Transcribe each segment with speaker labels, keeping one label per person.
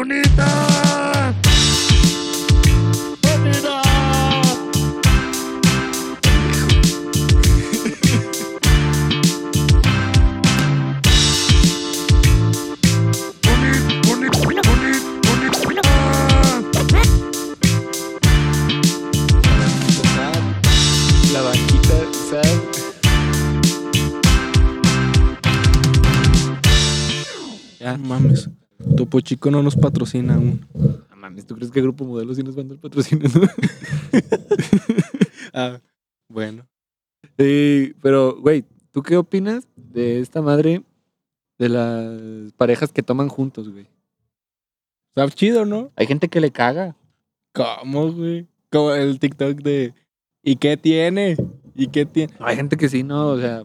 Speaker 1: Bonita. Bonita. Bonita, bonita, bonita, bonita.
Speaker 2: La banquita, ¿sabes? Ya, no mames. Topo Chico no nos patrocina aún. No mames, ¿tú crees que Grupo Modelo sí nos van a patrocinar? ah, bueno. Sí, pero, güey, ¿tú qué opinas de esta madre de las parejas que toman juntos, güey?
Speaker 3: Está chido, ¿no?
Speaker 2: Hay gente que le caga.
Speaker 3: ¿Cómo, güey? Como el TikTok de ¿Y qué tiene? ¿Y qué tiene?
Speaker 2: Hay gente que sí, no, o sea,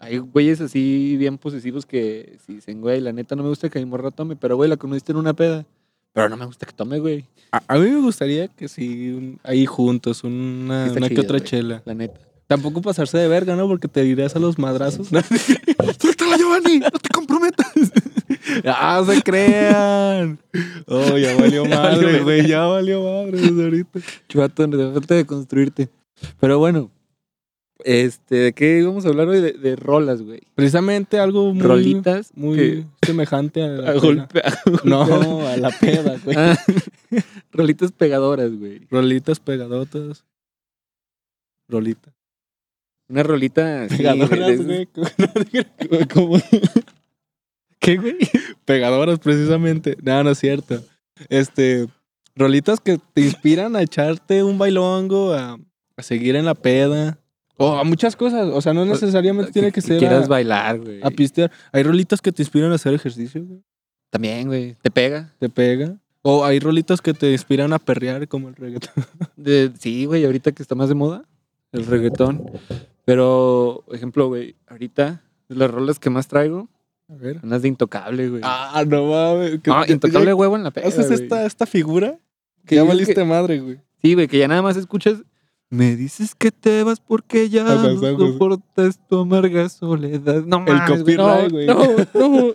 Speaker 2: hay güeyes así bien posesivos que sí dicen, güey, la neta no me gusta que mi morra tome, pero güey, la conociste en una peda. Pero no me gusta que tome, güey,
Speaker 3: A, a mí me gustaría que sí, un- ahí juntos, una,
Speaker 2: Está
Speaker 3: una que
Speaker 2: chido,
Speaker 3: otra
Speaker 2: güey.
Speaker 3: chela.
Speaker 2: la neta.
Speaker 3: Tampoco pasarse de verga, ¿no? Porque te dirás a los madrazos. ¿no?
Speaker 1: Suéltala, Giovanni. No te comprometas.
Speaker 3: ¡Ah, se crean! Oh, ya valió
Speaker 2: Ya
Speaker 3: madre,
Speaker 2: valió
Speaker 3: güey. Ya valió madre desde ahorita.
Speaker 2: Chuato, de falta de construirte. Pero bueno, este, ¿de qué íbamos a hablar hoy? De, de rolas, güey.
Speaker 3: Precisamente algo muy,
Speaker 2: Rolitas.
Speaker 3: muy
Speaker 2: que-
Speaker 3: semejante a la
Speaker 2: a
Speaker 3: peda.
Speaker 2: golpe-
Speaker 3: No, a la peda, güey.
Speaker 2: Ah, rolitas pegadoras, güey.
Speaker 3: Rolitas pegadotas. Rolita.
Speaker 2: Una rolita. así, güey, de
Speaker 3: Pegadoras,
Speaker 2: esas-
Speaker 3: güey. Como-
Speaker 2: ¿Qué, güey?
Speaker 3: Pegadoras, precisamente. No, no es cierto. Este, rolitas que te inspiran a echarte un bailongo, a, a seguir en la peda. O a muchas cosas. O sea, no necesariamente tiene que ser
Speaker 2: quieras
Speaker 3: a,
Speaker 2: bailar, güey.
Speaker 3: a pistear. Hay rolitas que te inspiran a hacer ejercicio, güey.
Speaker 2: También, güey. Te pega.
Speaker 3: Te pega. O hay rolitas que te inspiran a perrear, como el reggaetón.
Speaker 2: De- sí, güey, ahorita que está más de moda, el reggaetón. Pero, por ejemplo, güey, ahorita de las rolas que más traigo,
Speaker 3: A ver.
Speaker 2: unas de Intocable, güey.
Speaker 3: Ah, no mames. que-
Speaker 2: Ah,
Speaker 3: que-
Speaker 2: Intocable huevo en la peda,
Speaker 3: Haces
Speaker 2: güey.
Speaker 3: esta, esta figura
Speaker 2: Que
Speaker 3: que ya
Speaker 2: dices
Speaker 3: valiste
Speaker 2: que-
Speaker 3: madre, güey.
Speaker 2: Sí, güey, que ya nada más escuchas. Me dices que te vas porque ya
Speaker 3: Ajá,
Speaker 2: no
Speaker 3: ajá, ajá.
Speaker 2: soportas tu amarga soledad. No
Speaker 3: pues, El
Speaker 2: mames, güey,
Speaker 3: copyright, güey.
Speaker 2: No, no, no.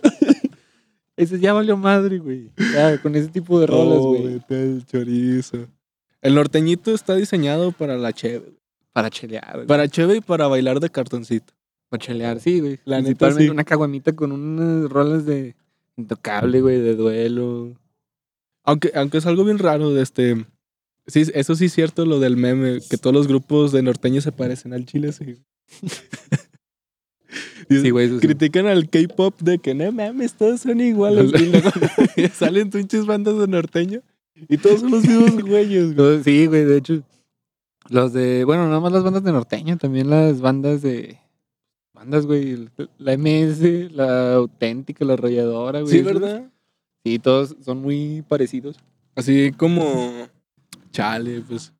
Speaker 2: Ese ya valió madre, güey. Ya, con ese tipo de rolas,
Speaker 3: Oh,
Speaker 2: güey.
Speaker 3: vete al chorizo. El norteñito está diseñado para la cheve. güey.
Speaker 2: Para chelear, güey.
Speaker 3: Para cheve y para bailar de cartoncito.
Speaker 2: Para chelear, sí, güey.
Speaker 3: La neta,
Speaker 2: Principalmente
Speaker 3: sí.
Speaker 2: una caguamita con unas rolas de intocable, güey, de duelo.
Speaker 3: Aunque, aunque es algo bien raro de este... Sí, eso sí es cierto, lo del meme, que todos los grupos de norteños se parecen al chile, sí. Dice,
Speaker 2: Sí, güey, eso sí.
Speaker 3: Critican al K-pop de que no mames, todos son iguales. y luego salen pinches bandas de norteño y todos son los mismos güeyes, güey.
Speaker 2: Los- Sí, güey, de hecho. Los de, bueno, nada más las bandas de norteño, también las bandas de. Bandas, güey. La MS, la auténtica, la rayadora, güey.
Speaker 3: Sí,
Speaker 2: esas-
Speaker 3: ¿verdad?
Speaker 2: Sí, todos son muy parecidos.
Speaker 3: Así como. Chale, pues.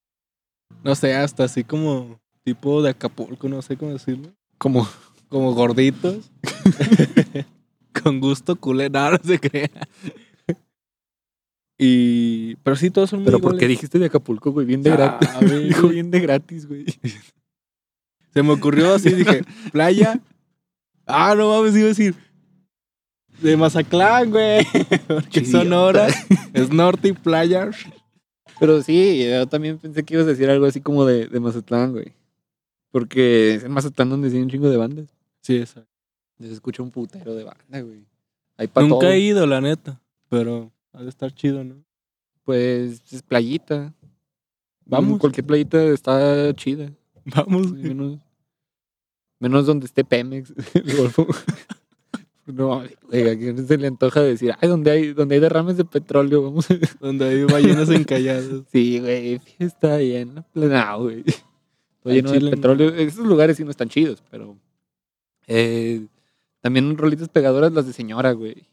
Speaker 3: No sé, hasta así como. Tipo de Acapulco, no sé cómo decirlo.
Speaker 2: Como.
Speaker 3: Como gorditos. Con gusto culé, no, no se crea. Y. Pero sí, todos son muy
Speaker 2: Pero ¿por qué
Speaker 3: iguales.
Speaker 2: dijiste de Acapulco, güey? Bien de
Speaker 3: Ah,
Speaker 2: gratis.
Speaker 3: güey.
Speaker 2: Dijo bien de gratis, güey.
Speaker 3: Se me ocurrió así, dije, playa. Ah, no mames, iba a decir. De Mazatlán, güey. Porque
Speaker 2: Idiota.
Speaker 3: son horas. Es norte y playa.
Speaker 2: Pero sí, yo también pensé que ibas a decir algo así como de, de Mazatlán, güey. Porque es en Mazatlán donde tienen un chingo de bandas.
Speaker 3: Sí, exacto.
Speaker 2: Se escucha un putero de banda, güey. Hay pa'
Speaker 3: Nunca
Speaker 2: todo.
Speaker 3: he ido, la neta. Pero ha de estar chido, ¿no?
Speaker 2: Pues es playita.
Speaker 3: Vamos.
Speaker 2: Cualquier playita está chida.
Speaker 3: Vamos. güey.
Speaker 2: Menos, menos donde esté Pemex. el Golfo. no, güey, a quién se le antoja decir, ay, donde hay, donde hay derrames de petróleo, vamos. a-".
Speaker 3: Donde hay ballenas encalladas.
Speaker 2: Sí, güey, fiesta llena. No, güey. Todo
Speaker 3: Al
Speaker 2: lleno de
Speaker 3: chile, no.
Speaker 2: petróleo. Esos lugares sí no están chidos, pero. eh, también rolitas pegadoras las de señora, güey.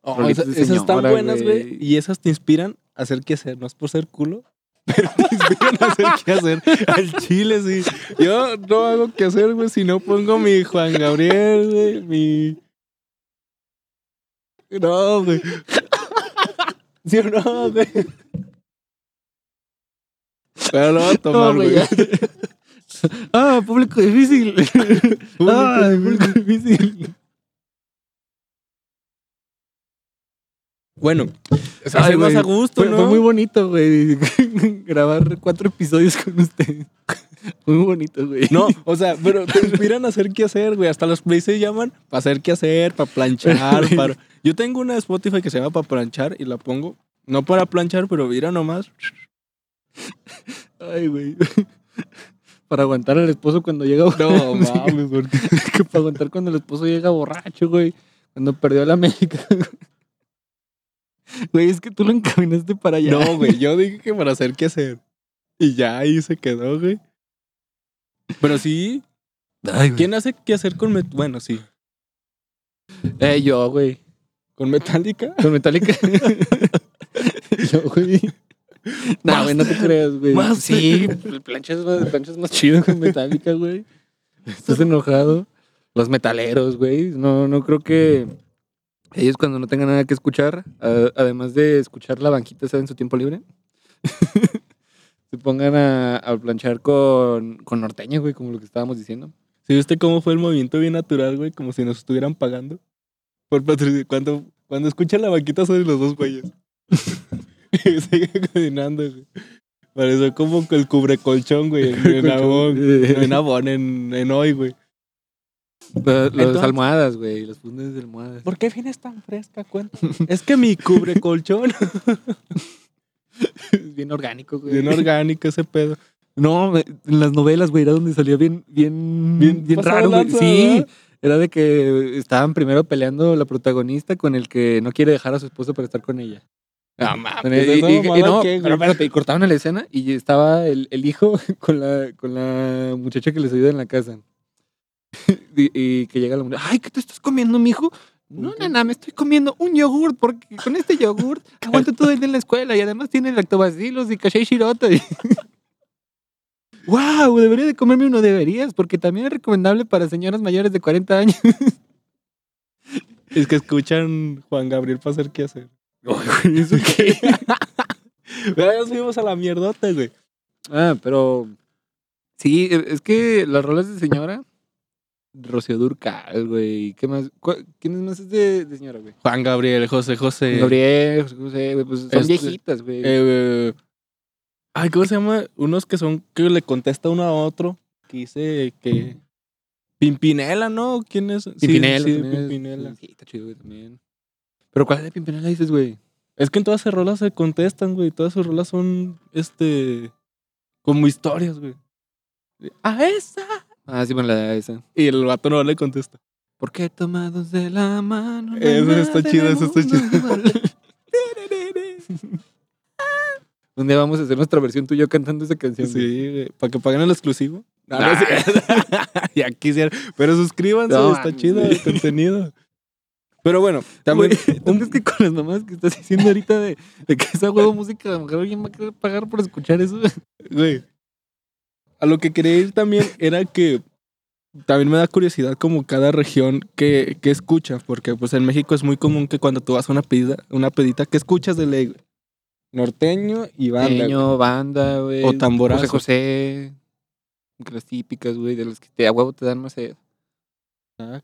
Speaker 3: Oh,
Speaker 2: Rolitas
Speaker 3: esa-
Speaker 2: de
Speaker 3: esas están
Speaker 2: señora,
Speaker 3: buenas, güey.
Speaker 2: güey.
Speaker 3: Y esas te inspiran a hacer qué hacer. No es por ser culo. Pero te inspiran a hacer qué hacer. Al chile, sí. Yo no hago qué hacer, güey, si no pongo mi Juan Gabriel, güey. Mi. No, güey. ¿Sí o no, güey? Pero lo voy a tomar,
Speaker 2: No, güey,
Speaker 3: güey.
Speaker 2: ya. ah, público difícil.
Speaker 3: Público
Speaker 2: ah,
Speaker 3: difícil.
Speaker 2: público difícil.
Speaker 3: Bueno, se
Speaker 2: Ay,
Speaker 3: hace más
Speaker 2: güey,
Speaker 3: a gusto,
Speaker 2: fue,
Speaker 3: ¿no?
Speaker 2: fue muy bonito, güey, grabar cuatro episodios con usted. Muy bonito, güey.
Speaker 3: No, o sea, pero te inspiran a hacer qué hacer, güey. Hasta los plays se llaman para hacer qué hacer, para planchar, para... Yo tengo una de Spotify que se llama para planchar y la pongo, no para planchar, pero mira nomás.
Speaker 2: Ay, güey. Para aguantar al esposo cuando llega
Speaker 3: No,
Speaker 2: borracho.
Speaker 3: mames, porque...
Speaker 2: que para aguantar cuando el esposo llega borracho, güey. Cuando perdió a la América. Güey, es que tú lo encaminaste para allá.
Speaker 3: No, güey, yo dije que para hacer qué hacer. Y ya ahí se quedó, güey. Pero sí,
Speaker 2: Ay, güey.
Speaker 3: ¿quién hace qué hacer con... Met- Bueno, sí,
Speaker 2: Eh, yo, güey.
Speaker 3: con Metallica.
Speaker 2: Con Metallica. yo, güey. No, güey, no te creas, güey.
Speaker 3: Master.
Speaker 2: Sí, el plancha es más, el plancha es más chido con Metallica, güey. Estás enojado. Los metaleros, güey. No, no creo que ellos cuando no tengan nada que escuchar, a- además de escuchar la banquita, ¿saben su tiempo libre? Se pongan a, a planchar con, con norteño, güey, como lo que estábamos diciendo.
Speaker 3: ¿Sí viste cómo fue el movimiento bien natural, güey? Como si nos estuvieran pagando. Por patrocinio. Cuando, cuando escuchan la vaquita sobre los dos güeyes. y sigue caminando, güey. Pareció como que el cubrecolchón, güey. En abón. En abón, en, en hoy, güey.
Speaker 2: Lo- Las
Speaker 3: Entonces-
Speaker 2: almohadas, güey, los fundes de almohadas.
Speaker 3: ¿Por qué vienes tan fresca, cuenta? es que mi cubrecolchón.
Speaker 2: Es bien orgánico, güey.
Speaker 3: bien orgánico ese pedo.
Speaker 2: No, me- en las novelas, güey, era donde salía bien, bien,
Speaker 3: Bien
Speaker 2: bien,
Speaker 3: pasado
Speaker 2: raro, güey.
Speaker 3: lanza,
Speaker 2: Sí,
Speaker 3: ¿verdad?
Speaker 2: era de que estaban primero peleando la protagonista con el que no quiere dejar a su esposo para estar con ella. Ah,
Speaker 3: No
Speaker 2: Con el-
Speaker 3: mames.
Speaker 2: y,
Speaker 3: esa
Speaker 2: y- y
Speaker 3: mamada,
Speaker 2: no,
Speaker 3: ¿qué,
Speaker 2: pero
Speaker 3: güey?
Speaker 2: espérate, y cortaban la escena y estaba el, el hijo con la, con la muchacha que les ayuda en la casa. y, y que llega la mujer, ay, ¿qué te estás comiendo, mijo? No,
Speaker 3: Ok.
Speaker 2: nana, me estoy comiendo un yogurt, porque con este yogurt aguanto todo el día en la escuela y además tiene lactobacilos y cachai shirota. ¡Wow! Debería de comerme uno, deberías, porque también es recomendable para señoras mayores de 40 años.
Speaker 3: Es que escuchan Juan Gabriel para hacer qué hacer.
Speaker 2: ¿Eso qué?
Speaker 3: Pero ya nos fuimos a la mierdota, güey.
Speaker 2: Ah, pero. Sí, e- es que las rolas de señora. Rocío Durcal, güey. ¿Qué más? ¿Cuál- ¿Quiénes más es de, de señora, güey?
Speaker 3: Juan Gabriel, José José.
Speaker 2: Gabriel, José, José, güey, pues Eh, son
Speaker 3: Este-
Speaker 2: viejitas, güey.
Speaker 3: Eh, ay, ¿cómo se llama? Unos que son que le contesta uno a otro. Que dice que. Pimpinela, ¿no? ¿Quién es? Sí,
Speaker 2: Pimpinela.
Speaker 3: Sí,
Speaker 2: también es-
Speaker 3: Pimpinela.
Speaker 2: Sí, está chido, güey, también. Pero ¿cuál de Pimpinela dices, güey?
Speaker 3: Es que en todas sus rolas se contestan, güey. Todas sus rolas son, este. Como historias, güey. ¡A esa!
Speaker 2: Ah, sí, bueno, la de esa.
Speaker 3: Y el vato no le contesta.
Speaker 2: ¿Por qué tomados de la mano?
Speaker 3: Eso
Speaker 2: nada
Speaker 3: está
Speaker 2: en
Speaker 3: chido,
Speaker 2: el
Speaker 3: eso está
Speaker 2: mundo
Speaker 3: chido.
Speaker 2: igual? Un día vamos a hacer nuestra versión tú y yo cantando esa canción. güey.
Speaker 3: Sí, güey. Para que paguen el exclusivo. No, no
Speaker 2: Ah.
Speaker 3: sé. ya quisiera. Pero suscríbanse,
Speaker 2: No,
Speaker 3: está
Speaker 2: mames.
Speaker 3: chido el contenido. Pero bueno,
Speaker 2: Güey,
Speaker 3: también.
Speaker 2: ¿Tú crees que con las mamás que estás diciendo ahorita de, de que esa huevo música, a lo mejor alguien va a querer pagar por escuchar eso?
Speaker 3: Güey. A lo que quería ir también era que también me da curiosidad como cada región que, que escucha, porque pues en México es muy común que cuando tú vas a una pedida, una pedita, que escuchas de ley? güey? Norteño y banda. güey.
Speaker 2: Peño, banda, güey.
Speaker 3: O tamborazo.
Speaker 2: José José. que Las típicas, güey, de las que te, a huevo te dan más eh. sed.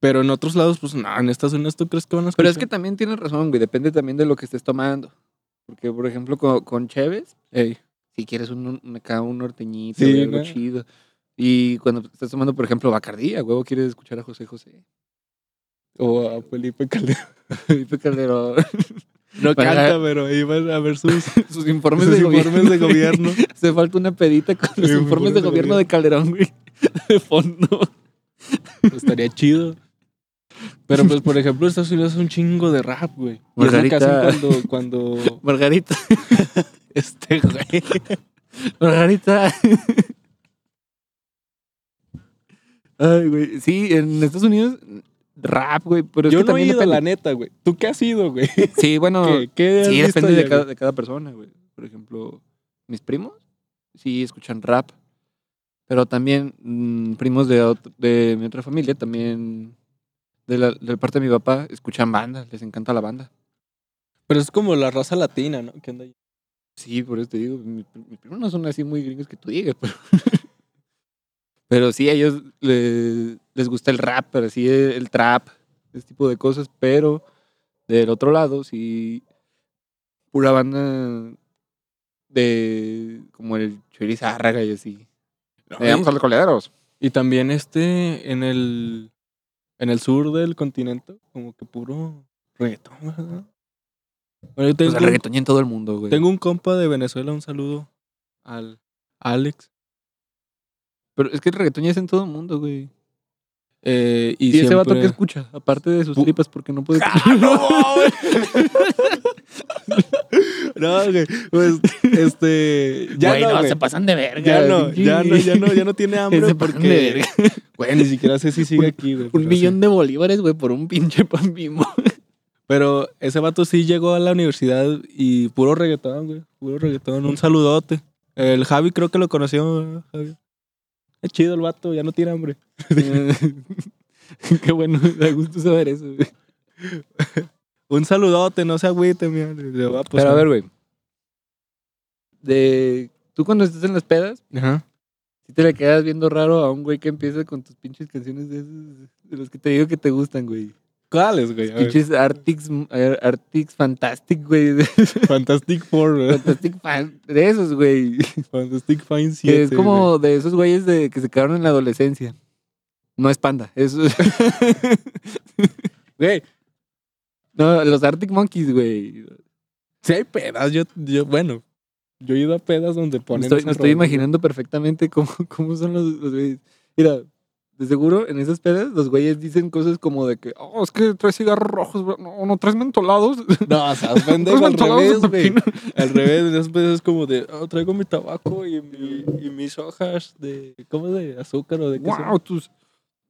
Speaker 3: Pero en otros lados, pues no, en Estados Unidos tú crees que van a escuchar.
Speaker 2: Pero es que también tienes razón, güey. Depende también de lo que estés tomando. Porque, por ejemplo, con, con Chévez,
Speaker 3: Ey,
Speaker 2: si quieres un, un- acá un norteñito,
Speaker 3: Sí,
Speaker 2: güey, algo
Speaker 3: ¿no?
Speaker 2: chido. Y cuando estás tomando, por ejemplo, Bacardí, a huevo quieres escuchar a José José.
Speaker 3: O a Felipe Calderón.
Speaker 2: Felipe Calderón.
Speaker 3: No
Speaker 2: Para-
Speaker 3: canta, pero iba a ver sus,
Speaker 2: Sus informes
Speaker 3: sus
Speaker 2: de
Speaker 3: informes de
Speaker 2: güey.
Speaker 3: gobierno.
Speaker 2: Hace falta una pedita con los
Speaker 3: Sí,
Speaker 2: informes de gobierno de Calderón, güey. De fondo.
Speaker 3: Pues Estaría chido. Pero pues, por ejemplo, Estados Unidos es un chingo de rap, güey. Y es lo que
Speaker 2: Margarita.
Speaker 3: hacen cuando, cuando
Speaker 2: Margarita,
Speaker 3: este güey.
Speaker 2: Margarita. Ay, güey. Sí, en Estados Unidos, rap, güey. Pero es
Speaker 3: Yo
Speaker 2: que
Speaker 3: no he
Speaker 2: también
Speaker 3: ido, la
Speaker 2: depende.
Speaker 3: neta, güey. ¿Tú qué has ido, güey?
Speaker 2: Sí, bueno.
Speaker 3: ¿Qué, qué has
Speaker 2: Sí,
Speaker 3: visto
Speaker 2: depende de
Speaker 3: allá,
Speaker 2: cada,
Speaker 3: güey?
Speaker 2: de cada persona, güey. Por ejemplo, mis primos, sí, escuchan rap. Pero también mm, primos de, ot- de mi otra familia, también de la, de parte de mi papá, escuchan banda, les encanta la banda.
Speaker 3: Pero es como la raza latina, ¿no? ¿Qué onda ahí?
Speaker 2: Sí, por eso te digo, mi- mis primos no son así muy gringos que tú digas, pero... pero sí, a ellos eh, le- les gusta el rap, pero sí el, el trap, ese tipo de cosas, pero Del otro lado, sí. Pura banda de. como el Churizárraga y así. Eh, vamos a los coleaderos.
Speaker 3: Y también este, en el, en el sur del continente, como que puro reggaetón, ¿verdad? Bueno, yo
Speaker 2: Pues
Speaker 3: tengo,
Speaker 2: el
Speaker 3: un-
Speaker 2: reggaetón ya en todo el mundo, güey.
Speaker 3: tengo un compa de Venezuela, un saludo al Alex.
Speaker 2: Pero es que el reggaetón ya es en todo el mundo, güey.
Speaker 3: Eh, y
Speaker 2: Y, ese vato
Speaker 3: siempre-
Speaker 2: que escucha, aparte de sus
Speaker 3: Pu-
Speaker 2: tripas, porque no puede
Speaker 3: ¡Ah, no, güey. Pues, este. Ya
Speaker 2: Güey,
Speaker 3: no, güey.
Speaker 2: se pasan de verga.
Speaker 3: Ya no, ya no, ya no, ya no tiene hambre
Speaker 2: Se pasan de
Speaker 3: porque.
Speaker 2: verga.
Speaker 3: Güey, ni siquiera sé si sigue aquí, güey.
Speaker 2: Un
Speaker 3: pero
Speaker 2: millón
Speaker 3: sí.
Speaker 2: de bolívares, güey, por un pinche pan bimbo.
Speaker 3: Pero ese vato sí llegó a la universidad y puro reggaetón, güey. Puro reggaetón. Un saludote. El Javi creo que lo conoció, ¿verdad, Javi. Es chido el vato, ya no tiene hambre.
Speaker 2: Qué bueno, da gusto saber eso. güey.
Speaker 3: Un saludote, no se agüite, mira. Le va a
Speaker 2: Pero
Speaker 3: pasar.
Speaker 2: a ver, güey. Pues De... Tú cuando estás en las pedas,
Speaker 3: Ajá.
Speaker 2: si te le quedas viendo raro a un güey que empieza con tus pinches canciones de esos, de los que te digo que te gustan, güey.
Speaker 3: ¿Cuáles, güey? A ver.
Speaker 2: Pinches Arctics, Ar- Arctics Fantastic, güey. de-
Speaker 3: Fantastic Four, güey.
Speaker 2: Fantastic Fan, de esos, güey.
Speaker 3: Fantastic Fine 7.
Speaker 2: Que es como de esos güeyes de que se quedaron en la adolescencia. No es panda, es...
Speaker 3: Güey,
Speaker 2: No, los Arctic Monkeys, güey.
Speaker 3: si hay pedas, yo, yo, bueno, yo he ido a pedas donde
Speaker 2: Me
Speaker 3: ponen.
Speaker 2: estoy,
Speaker 3: ese
Speaker 2: me estoy
Speaker 3: rollo.
Speaker 2: imaginando perfectamente cómo, cómo son los, los güeyes. Mira, de seguro en esas pedas los güeyes dicen cosas como de que, oh, es que tres cigarros rojos, bro. no, no, tres mentolados.
Speaker 3: No, o sea, pendejo,
Speaker 2: tres
Speaker 3: al revés,
Speaker 2: mentolados de
Speaker 3: güey.
Speaker 2: pepino.
Speaker 3: Al revés, en esas pedas es como de, oh, traigo mi tabaco y, mi, y mis hojas de, ¿cómo de azúcar o de qué son?
Speaker 2: Wow, tus,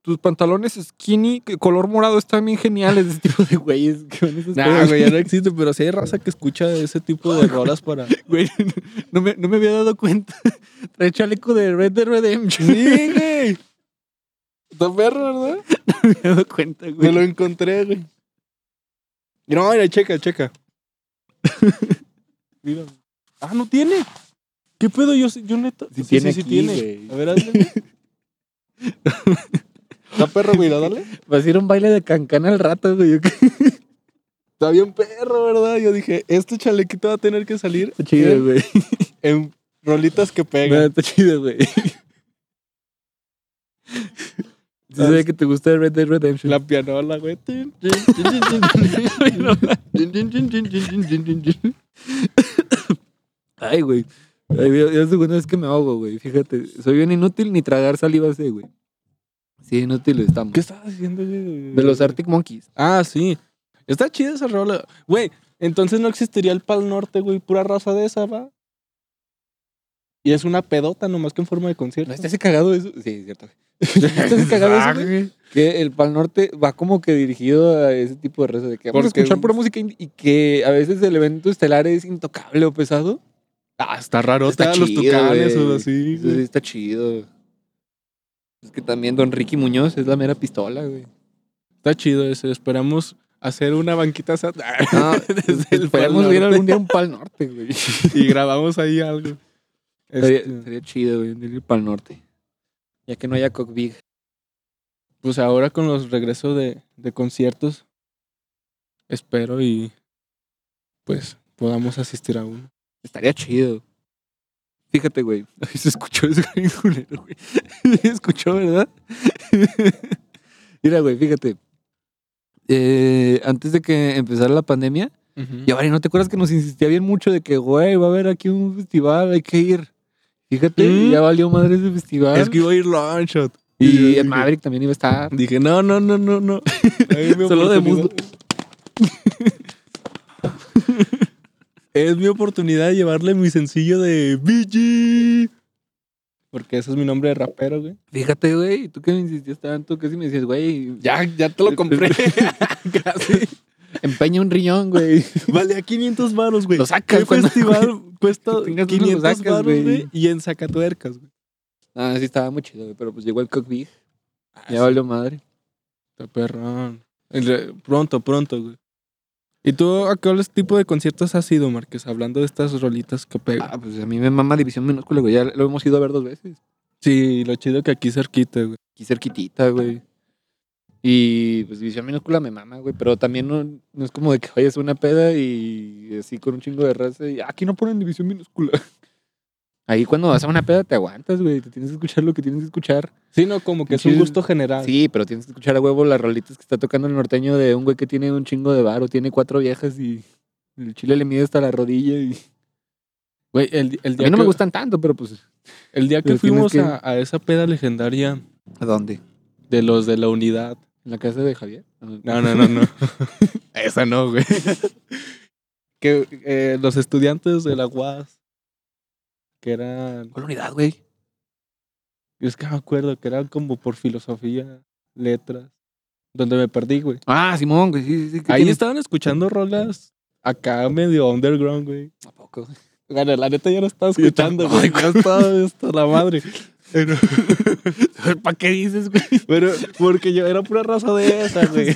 Speaker 2: tus pantalones skinny, que color morado, están bien geniales. Ese tipo de güeyes que van a esas
Speaker 3: Nah,
Speaker 2: pedas.
Speaker 3: güey, ya no existe, pero sí hay raza que escucha ese tipo de rolas para...
Speaker 2: Güey, no, me, no me había dado cuenta. Trae chaleco de Red Dead Redemption.
Speaker 3: Sí, güey. Está perro, ¿verdad?
Speaker 2: No me había dado cuenta,
Speaker 3: Me
Speaker 2: güey.
Speaker 3: lo encontré, güey. No, mira, checa, checa. mira. Ah, no tiene. ¿Qué pedo? Yo, yo neta.
Speaker 2: Sí tiene aquí, güey.
Speaker 3: A ver, hazle. güey. Está perro, güey, ¿la dale.
Speaker 2: Vas a ir a un pues, baile de cancana al rato, güey. yo qué-
Speaker 3: Está bien perro, ¿verdad? Yo dije, este chalequito va a tener que salir
Speaker 2: Está chido, güey.
Speaker 3: en rolitas que
Speaker 2: No,
Speaker 3: pegan.
Speaker 2: está chido, güey. Sí
Speaker 3: Ah,
Speaker 2: sabía que te gusta Red Dead Redemption.
Speaker 3: La pianola, güey. Tin, tin, tin, tin, tin,
Speaker 2: Ay, güey. Ay, ya- ya es la segunda vez que me ahogo, güey. Fíjate, soy bien inútil ni tragar saliva sé, güey. Sí, inútil estamos.
Speaker 3: ¿Qué estabas diciendo, güey?
Speaker 2: De los Arctic Monkeys.
Speaker 3: Ah, sí. Está chida esa rola. Güey, entonces no existiría el Pal Norte, güey. Pura raza de esa, va. Y es una pedota, nomás que en forma de concierto. Ah,
Speaker 2: ¿No estás cagado eso? Sí, es cierto. ¿No estás cagado eso, güey? Que el Pal Norte va como que dirigido a ese tipo de raza de que vamos a
Speaker 3: Porque-
Speaker 2: escuchar pura música indie y que a veces el evento estelar es intocable o pesado.
Speaker 3: Ah, está raro.
Speaker 2: Está
Speaker 3: Está los
Speaker 2: chido,
Speaker 3: tucanes
Speaker 2: güey.
Speaker 3: o así.
Speaker 2: Eso
Speaker 3: güey.
Speaker 2: sí está chido. Es que también Don Ricky Muñoz es la mera pistola, güey.
Speaker 3: Está chido ese. Esperamos hacer una banquita sa-
Speaker 2: No,
Speaker 3: Desde el
Speaker 2: esperemos
Speaker 3: Pal
Speaker 2: ir
Speaker 3: Norte.
Speaker 2: algún día a un Pal Norte, güey.
Speaker 3: y grabamos ahí algo.
Speaker 2: Sería,
Speaker 3: Este,
Speaker 2: sería chido, güey, ir al Pal Norte. Ya que no haya Cockbig.
Speaker 3: pues ahora con los regresos de, de conciertos, espero y pues podamos asistir a uno.
Speaker 2: Estaría chido. Fíjate, güey. Ay, Se escuchó eso, bien culero, güey. Se escuchó, ¿verdad? Mira, güey, fíjate. Eh, antes de que empezara la pandemia, Y ahora, ¿no te acuerdas que nos insistía bien mucho de que, güey, va a haber aquí un festival, hay que ir? Fíjate,
Speaker 3: ¿Mm?
Speaker 2: ya valió madre ese festival.
Speaker 3: Es que iba a ir Longshot.
Speaker 2: y el Maverick también iba a estar.
Speaker 3: Dije, no, no, no, no, no. Ahí mi
Speaker 2: Solo de
Speaker 3: oportunidad.
Speaker 2: musgo.
Speaker 3: Es mi oportunidad de llevarle mi sencillo de BG. Porque ese es mi nombre de rapero, güey.
Speaker 2: Fíjate, güey, tú que me insistías tanto, que si me decías, güey,
Speaker 3: Ya, ya te lo compré. Casi.
Speaker 2: empeña un riñón, güey.
Speaker 3: Vale, a 500 baros, güey.
Speaker 2: Lo sacas
Speaker 3: ¿Qué
Speaker 2: cuando-
Speaker 3: festival cuesta
Speaker 2: Que tengas uno, lo
Speaker 3: 500
Speaker 2: sacas,
Speaker 3: baros,
Speaker 2: güey.
Speaker 3: güey? Y en Zacatuercas, güey.
Speaker 2: Ah, sí, estaba muy chido, güey, pero pues llegó el Cockbig, ya valió madre.
Speaker 3: Está perrón. En re- Pronto, pronto, güey. ¿Y tú a qué tipo de conciertos has ido, Márquez? Hablando de estas rolitas que pegan.
Speaker 2: Ah, pues a mí me mama División Minúscula, güey, ya lo hemos ido a ver dos veces.
Speaker 3: Sí, lo chido que aquí cerquita, güey.
Speaker 2: Aquí cerquitita, güey. Y pues División Minúscula me mama, güey. Pero también no, no es como de que vayas a una peda y así con un chingo de raza. Y "Ah, aquí no ponen División Minúscula. Ahí cuando vas a una peda te aguantas, güey. Te tienes que escuchar lo que tienes que escuchar.
Speaker 3: Sí, no, como que es un
Speaker 2: Sí.
Speaker 3: gusto general.
Speaker 2: Sí, pero tienes que escuchar a huevo las rolitas que está tocando el norteño de un güey que tiene un chingo de bar o tiene cuatro viejas y el chile le mide hasta la rodilla. Y...
Speaker 3: Güey, el, el
Speaker 2: A
Speaker 3: día
Speaker 2: mí no
Speaker 3: que,
Speaker 2: me gustan tanto, pero pues.
Speaker 3: El día que
Speaker 2: Pero tienes
Speaker 3: fuimos
Speaker 2: que-
Speaker 3: A, a esa peda legendaria
Speaker 2: ¿A dónde?
Speaker 3: de los de la unidad.
Speaker 2: ¿En la casa de Javier?
Speaker 3: No, no, no, no. esa no, güey. que eh, los estudiantes de la UAS, que eran...
Speaker 2: ¿Cuál unidad, güey?
Speaker 3: Es que me acuerdo que eran como por filosofía, letras, donde me perdí, güey.
Speaker 2: Ah, Simón, güey. Sí, sí, sí. ¿qué
Speaker 3: Ahí
Speaker 2: tiene?
Speaker 3: estaban escuchando rolas acá medio underground, güey.
Speaker 2: ¿A poco?
Speaker 3: Bueno, la neta ya no estaba
Speaker 2: Sí, yo tampoco.
Speaker 3: escuchando, güey. Ya estaba hasta la madre. Pero,
Speaker 2: ¿Para qué dices, güey?
Speaker 3: pero porque yo era pura raza de esa, güey.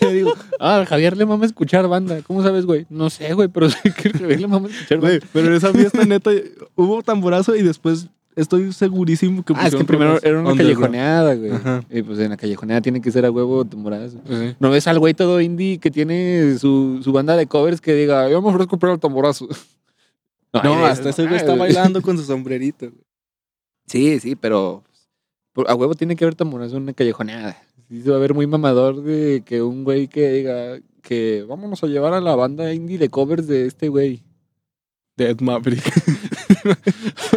Speaker 2: Yo digo, ah, al Javier le mama escuchar banda. ¿Cómo sabes, güey? No sé, güey, pero sé que al Javier le mama escuchar banda.
Speaker 3: Güey, Pero en esa fiesta, neta, hubo tamborazo y después estoy segurísimo que
Speaker 2: Ah, es que
Speaker 3: pusieron
Speaker 2: primero
Speaker 3: rolas
Speaker 2: era una
Speaker 3: underground.
Speaker 2: callejoneada, güey.
Speaker 3: Ajá.
Speaker 2: Y pues en la callejoneada tiene que ser a huevo tamborazo.
Speaker 3: Pues
Speaker 2: No ves al güey todo indie que tiene su, su banda de covers que diga, yo me ofrezco para el tamborazo.
Speaker 3: No,
Speaker 2: hay
Speaker 3: hasta
Speaker 2: de-
Speaker 3: ese güey está
Speaker 2: ah,
Speaker 3: bailando con su sombrerito. güey.
Speaker 2: Sí, sí, pero por- a huevo tiene que haber tamborazo en una callejoneada. Sí, se va a ver muy mamador de que un güey que diga que vámonos a llevar a la banda indie de covers de este güey.
Speaker 3: Dead Maverick.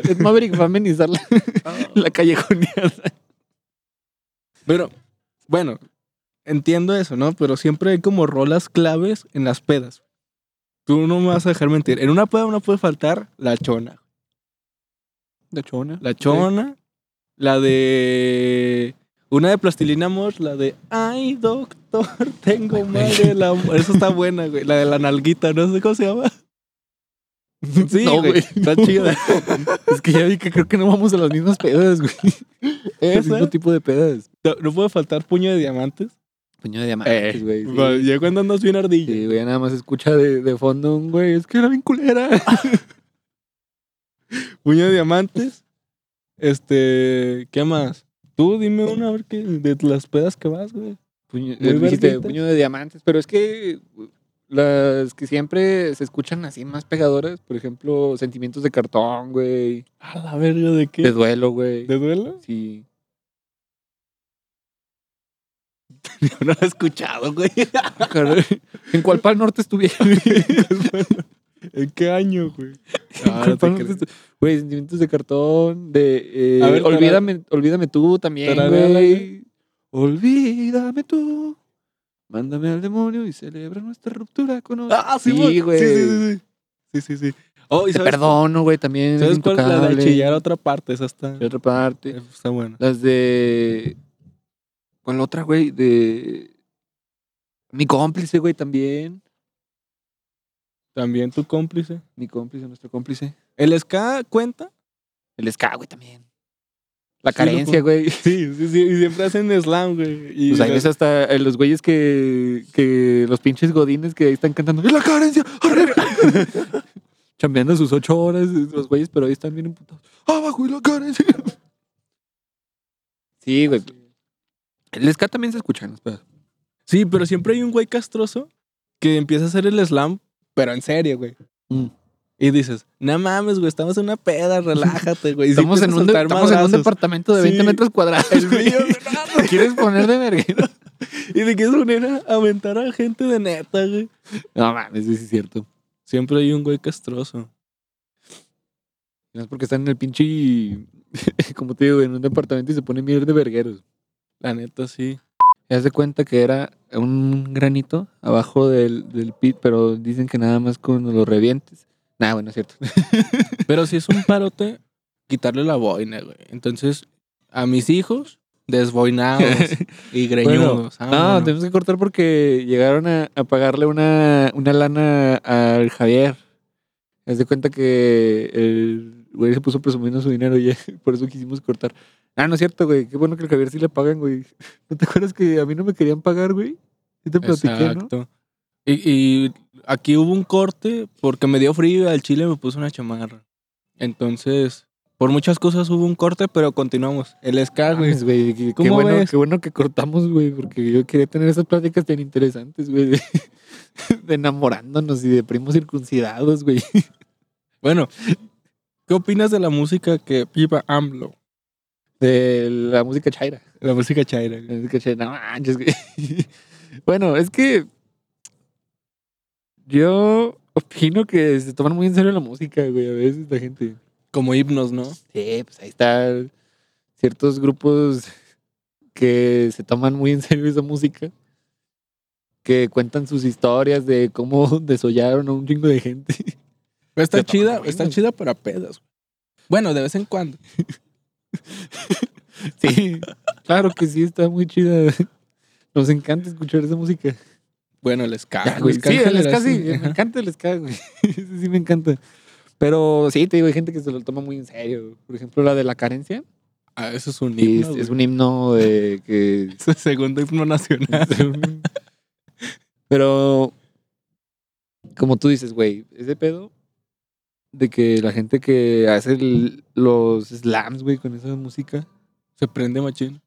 Speaker 2: Es Maverick va a amenizar la, la callejoneada.
Speaker 3: Pero, bueno, entiendo eso, ¿no? Pero siempre hay como rolas claves en las pedas. Tú no me vas a dejar mentir. En una peda no puede faltar la chona.
Speaker 2: La chona.
Speaker 3: La chona, la de... Una de Plastilina Amor, la de... Ay, doctor, tengo madre la... Esa está buena, güey. La de la nalguita, no sé cómo se llama. Sí,
Speaker 2: No,
Speaker 3: güey.
Speaker 2: güey.
Speaker 3: Está chida.
Speaker 2: Es que ya vi que creo que no vamos a las mismas pedas, güey. El
Speaker 3: Esa.
Speaker 2: mismo tipo de pedas.
Speaker 3: No, no puede faltar puño de diamantes.
Speaker 2: Puño de diamantes, güey. sí.
Speaker 3: Eh, Va, Ya cuando andas bien ardilla.
Speaker 2: Sí, güey, nada más escucha de, de fondo un güey. Es que era bien culera.
Speaker 3: Puño de diamantes. Este, ¿qué más? Tú dime una a ver qué de las pedas que vas, güey.
Speaker 2: Puño, eh,
Speaker 3: Muy
Speaker 2: dijiste,
Speaker 3: verguitas.
Speaker 2: puño de diamantes, pero es que las que siempre se escuchan así más pegadoras, por ejemplo, sentimientos de cartón, güey,
Speaker 3: A la verga de qué?
Speaker 2: de duelo, güey.
Speaker 3: ¿De duelo?
Speaker 2: Sí.
Speaker 3: Yo no lo he escuchado, güey.
Speaker 2: Ah, caray. ¿En cuál pal norte estuvieron?
Speaker 3: Pues ¿En qué año, güey? Ah,
Speaker 2: ¿En cuál
Speaker 3: no te
Speaker 2: pal norte
Speaker 3: creo.
Speaker 2: estu- Güey, sentimientos de cartón, de eh,
Speaker 3: A ver, tara-
Speaker 2: olvídame, olvídame tú también,
Speaker 3: tarareala,
Speaker 2: güey. Olvídame tú. Mándame al demonio y celebra nuestra ruptura con otro.
Speaker 3: Ah, sí,
Speaker 2: sí, güey.
Speaker 3: Sí, sí, sí, sí. Sí, sí, sí. Oh, ¿y
Speaker 2: Te
Speaker 3: sabes,
Speaker 2: perdono, güey, también.
Speaker 3: ¿sabes cuál? La de
Speaker 2: Intocable.
Speaker 3: chillar a otra parte, esa está,
Speaker 2: De otra parte.
Speaker 3: eh, está buena.
Speaker 2: Las de. ¿Cuál otra, güey? De. Mi cómplice, güey, también.
Speaker 3: También tu cómplice.
Speaker 2: Mi cómplice, nuestro cómplice.
Speaker 3: ¿El ska cuenta?
Speaker 2: El ska, güey, también. La
Speaker 3: Sí,
Speaker 2: carencia,
Speaker 3: loco.
Speaker 2: güey.
Speaker 3: Sí, sí, sí. Y siempre hacen slam, güey. Y
Speaker 2: Pues ahí
Speaker 3: las-
Speaker 2: ves hasta eh, los güeyes que, que. Los pinches godines que ahí están cantando. ¡La carencia! ¡Arriba! Chambeando sus ocho horas, eh, los güeyes, pero ahí están bien emputados. ¡Abajo y la carencia! Sí, güey. El ska también se escucha en los pedos.
Speaker 3: Sí, pero siempre hay un güey castroso que empieza a hacer el slam, pero en serio, güey.
Speaker 2: Mm.
Speaker 3: Y dices, no mames, güey, estamos en una peda, relájate, güey. Y sí
Speaker 2: Estamos, en
Speaker 3: empieza a
Speaker 2: un, de-
Speaker 3: soltar
Speaker 2: estamos en un
Speaker 3: madrazos.
Speaker 2: departamento de 20
Speaker 3: Sí.
Speaker 2: metros cuadrados.
Speaker 3: El
Speaker 2: güey.
Speaker 3: brillo,
Speaker 2: ¿Te quieres poner de verguero?
Speaker 3: y de que es una a aventar a gente de neta, güey.
Speaker 2: No mames, sí, sí es cierto.
Speaker 3: Siempre hay un güey castroso.
Speaker 2: No es porque están en el pinche. y- Como te digo, en un departamento y se ponen mierda de vergueros.
Speaker 3: La neta, sí.
Speaker 2: Te das de cuenta que era un granito abajo del, del pit, pero dicen que nada más cuando lo revientes. Nah, bueno, es cierto.
Speaker 3: Pero si es un parote, quitarle la boina, güey. Entonces, a mis hijos, desboinados y greñudos.
Speaker 2: no,
Speaker 3: vámonos.
Speaker 2: tenemos que cortar porque llegaron a, a pagarle una, una lana al Javier. Haz de cuenta que el güey se puso presumiendo su dinero y por eso quisimos cortar. Ah, no es cierto, güey. Qué bueno que al Javier sí le pagan, güey. ¿No te acuerdas que a mí no me querían pagar, güey? Sí te platiqué, ¿no?
Speaker 3: Exacto. Y, y aquí hubo un corte porque me dio frío y al chile me puse una chamarra. Entonces, Por muchas cosas hubo un corte, pero continuamos. El ska, güey.
Speaker 2: Mames, güey, qué- Qué
Speaker 3: ¿Cómo
Speaker 2: bueno,
Speaker 3: ves?
Speaker 2: qué bueno que cortamos, güey, porque yo quería tener esas pláticas tan interesantes, güey, de, de enamorándonos y de primos circuncidados, güey.
Speaker 3: Bueno, ¿qué opinas de la música que pipa AMLO?
Speaker 2: De la música chaira.
Speaker 3: La música chaira. güey.
Speaker 2: La música chaira, no manches, güey. Bueno, es que yo opino que se toman muy en serio la música, güey, a veces la gente.
Speaker 3: Como himnos, ¿no?
Speaker 2: Sí, pues ahí están ciertos grupos que se toman muy en serio esa música, que cuentan sus historias de cómo desollaron a un chingo de gente.
Speaker 3: Pero está
Speaker 2: Se toman
Speaker 3: chida,
Speaker 2: muy
Speaker 3: está
Speaker 2: bien.
Speaker 3: chida para pedas. güey. Bueno, de vez en cuando.
Speaker 2: Sí, claro que sí, está muy chida. Nos encanta escuchar esa música.
Speaker 3: Bueno, el ska.
Speaker 2: Ya, güey,
Speaker 3: ska
Speaker 2: sí,
Speaker 3: en
Speaker 2: el ska
Speaker 3: general,
Speaker 2: sí,
Speaker 3: Ah, sí.
Speaker 2: me
Speaker 3: Ajá.
Speaker 2: encanta el ska, güey. Ese sí me encanta. Pero sí, te digo, hay gente que se lo toma muy en serio. Por ejemplo, la de la carencia.
Speaker 3: Ah, eso es un
Speaker 2: y
Speaker 3: himno.
Speaker 2: es, es
Speaker 3: güey.
Speaker 2: un himno de que
Speaker 3: Es el segundo himno nacional.
Speaker 2: Pero, como tú dices, güey, ese pedo de que la gente que hace el- los slams, güey, con esa música.
Speaker 3: Se prende machín.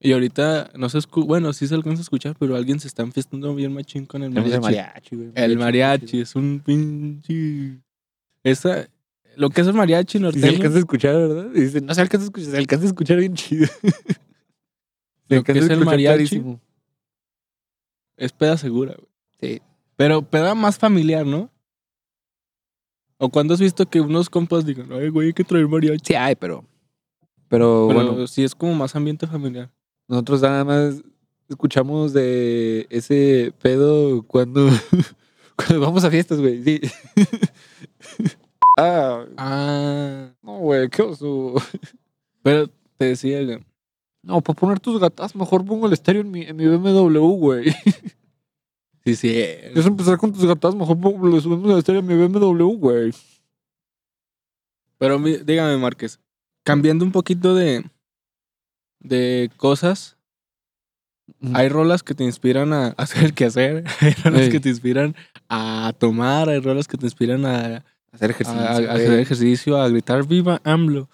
Speaker 3: Y ahorita no se escucha. Bueno, sí se alcanza a escuchar, pero alguien se está enfiestando bien machín con el
Speaker 2: El
Speaker 3: mariachi.
Speaker 2: mariachi, güey.
Speaker 3: El mariachi es un pinche. Esa. Lo que es el mariachi
Speaker 2: Sí se
Speaker 3: norteño.
Speaker 2: alcanza a escuchar, ¿verdad? Y dice, no se alcanza a escuchar, se alcanza a escuchar bien chido. Se
Speaker 3: Lo
Speaker 2: alcanza a
Speaker 3: que es el
Speaker 2: escuchar
Speaker 3: mariachi.
Speaker 2: clarísimo.
Speaker 3: Es peda segura, güey.
Speaker 2: Sí.
Speaker 3: Pero peda más familiar, ¿no? O cuando has visto que unos compas digan, ay, güey, hay que traer mariachi.
Speaker 2: Sí hay, pero... Pero,
Speaker 3: Pero
Speaker 2: bueno,
Speaker 3: sí es como más ambiente familiar.
Speaker 2: nosotros nada más escuchamos de ese pedo cuando, cuando vamos a fiestas, güey. Sí. ah,
Speaker 3: Ah.
Speaker 2: No, güey, qué oso.
Speaker 3: Pero te decía, güey,
Speaker 2: No, para poner tus gatas, mejor pongo el estéreo en mi, en mi BMW, güey.
Speaker 3: Sí, eh, sí.
Speaker 2: Es empezar con tus gatas, mejor pongo- le subimos el estéreo en mi BMW, güey.
Speaker 3: Pero mi- dígame, Márquez, cambiando un poquito de, de cosas,
Speaker 2: Ujú.
Speaker 3: hay rolas que te inspiran a hacer el quehacer, hay rolas
Speaker 2: Ey.
Speaker 3: que te inspiran a tomar, hay rolas que te inspiran a,
Speaker 2: Hacer
Speaker 3: a- a hacer ejercicio, a gritar viva AMLO.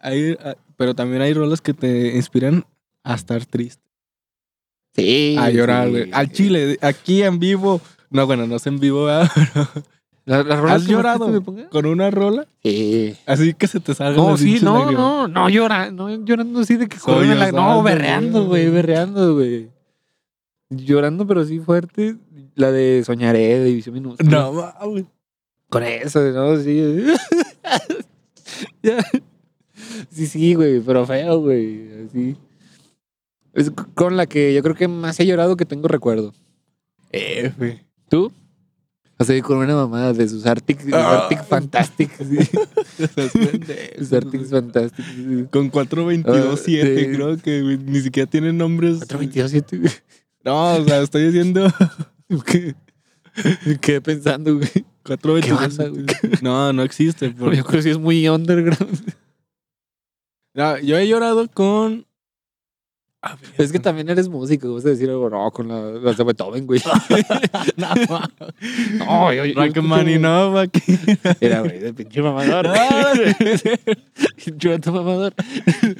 Speaker 3: Hay- a- pero también hay rolas que te inspiran a estar triste,
Speaker 2: Sí.
Speaker 3: a llorar, güey. Al chile, aquí en vivo. No, bueno, no es en vivo, ¿verdad? Pero
Speaker 2: ¿Las
Speaker 3: ¿Has llorado? con una rola,
Speaker 2: Sí.
Speaker 3: así que se te salga
Speaker 2: No, Oh, sí, no, no, no llora, no llorando así de que
Speaker 3: Soy
Speaker 2: corren la...
Speaker 3: Osvaldo,
Speaker 2: No, berreando,
Speaker 3: güey.
Speaker 2: güey, berreando, güey. Llorando, pero sí fuerte. La de Soñaré, de División Minúscula.
Speaker 3: No, mames.
Speaker 2: Con eso, ¿no? Sí. Ya. sí, sí, güey, pero feo, güey. Así. Es c- con la que yo creo que más he llorado que tengo recuerdo.
Speaker 3: F.
Speaker 2: ¿Tú? Así con una mamada de sus Arctic, sus
Speaker 3: Ah.
Speaker 2: Arctic Fantastic. sí. Sus Arctic Fantastic. sí.
Speaker 3: Con 422.7,
Speaker 2: Ah, sí.
Speaker 3: creo que güey, ni siquiera tienen nombres.
Speaker 2: 422, güey.
Speaker 3: No, o sea, estoy diciendo
Speaker 2: ¿Qué? Me quedé pensando, güey.
Speaker 3: 422. No, no existe. por-
Speaker 2: Yo creo que sí es muy underground.
Speaker 3: No, yo he llorado con. A ver,
Speaker 2: Es que también eres músico, vas a decir algo, no, con la, las de Beethoven, güey.
Speaker 3: no,
Speaker 2: No, Ah, yo, yo
Speaker 3: Rachmaninoff aquí.
Speaker 2: Era, güey, de pinche mamador. Yo tu mamador.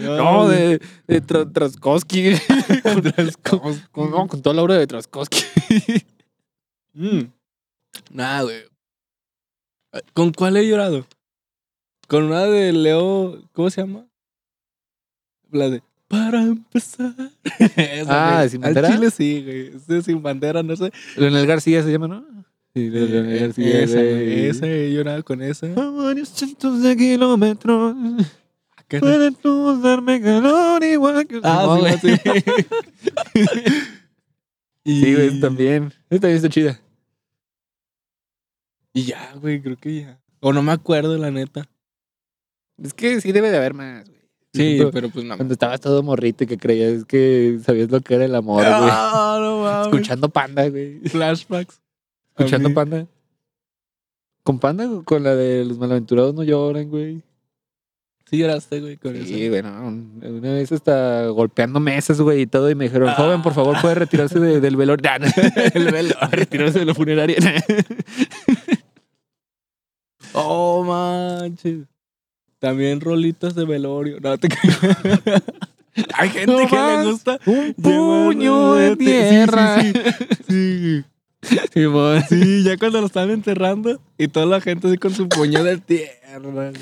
Speaker 2: No, de, de Tra- Traskowski. con, con- no, con toda la obra de Traskowski.
Speaker 3: Nada, Mm. güey. ¿Con cuál he llorado? Con una de Leo. ¿Cómo se llama? La de. Para empezar. Esa,
Speaker 2: Ah,
Speaker 3: güey.
Speaker 2: ¿Sin
Speaker 3: Al
Speaker 2: Bandera?
Speaker 3: Chile sí, güey. Ese sin bandera, no sé.
Speaker 2: Leonel García se llama, ¿no? Sí,
Speaker 3: Eh, esa, güey. Esa, he llorado con esa.
Speaker 2: A varios cientos de kilómetros.
Speaker 3: ¿Qué
Speaker 2: Puedes tú darme calor igual que
Speaker 3: Ah, sí, sí. Y-
Speaker 2: Sí, güey, también. Esta también está chida.
Speaker 3: Y ya, güey, creo que ya. O no me acuerdo, la neta.
Speaker 2: Es que sí debe de haber más, güey.
Speaker 3: Sí,
Speaker 2: Cuando-
Speaker 3: pero pues no.
Speaker 2: Cuando estabas todo morrito y que creías que sabías lo que era el amor, güey.
Speaker 3: Ah, no mames.
Speaker 2: Escuchando panda, güey.
Speaker 3: flashbacks. A
Speaker 2: Escuchando
Speaker 3: mí-
Speaker 2: Panda. Con Panda, o con la de los malaventurados no lloran, güey.
Speaker 3: Sí lloraste, güey, con
Speaker 2: Sí,
Speaker 3: eso.
Speaker 2: bueno, una vez hasta golpeando mesas, güey, y todo, y me dijeron,
Speaker 3: Ah.
Speaker 2: joven, por favor, puede retirarse de- del velorio. Nah, nah.
Speaker 3: El velo.
Speaker 2: retirarse de la funeraria.
Speaker 3: Oh, manches. También rolitas de velorio. No, te creas. Hay gente
Speaker 2: No
Speaker 3: que
Speaker 2: más.
Speaker 3: le gusta.
Speaker 2: Un
Speaker 3: llevar-
Speaker 2: puño de
Speaker 3: Sí, sí,
Speaker 2: tierra.
Speaker 3: Sí, sí.
Speaker 2: Simón.
Speaker 3: Sí, ya cuando lo están enterrando y toda la gente así con su puño de tierra. güey.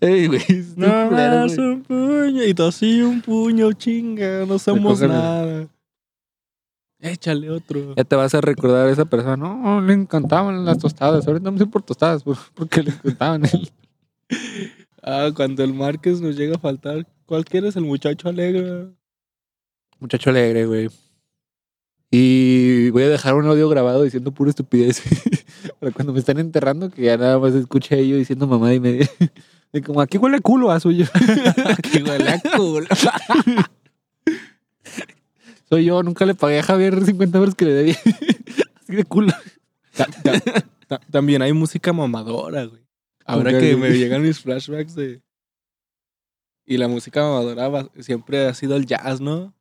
Speaker 2: Ey, güey. es un
Speaker 3: No
Speaker 2: culero,
Speaker 3: más
Speaker 2: güey.
Speaker 3: un puño. Y tú así un puño, chinga, no somos
Speaker 2: Recógeme.
Speaker 3: nada. Échale otro.
Speaker 2: Ya te vas a recordar a esa persona. No, le encantaban las tostadas. Ahorita no sé por tostadas, por- porque le encantaban.
Speaker 3: Ah, cuando el Márquez nos llega a faltar, ¿cuál quieres? El muchacho alegre.
Speaker 2: Muchacho alegre, güey. Y voy a dejar un audio grabado diciendo pura estupidez. Para cuando me están enterrando, que ya nada más escuche a ellos diciendo mamá y media. Y como, aquí huele a culo, ah, soy yo.
Speaker 3: Aquí huele a culo.
Speaker 2: Soy yo, nunca le pagué a Javier 50 euros que le debía. Así de culo.
Speaker 3: Ta- ta- ta- también hay música mamadora, güey. Ahora
Speaker 2: Ok,
Speaker 3: que
Speaker 2: güey.
Speaker 3: me llegan mis flashbacks de... Y la música mamadora va- siempre ha sido el jazz, ¿no?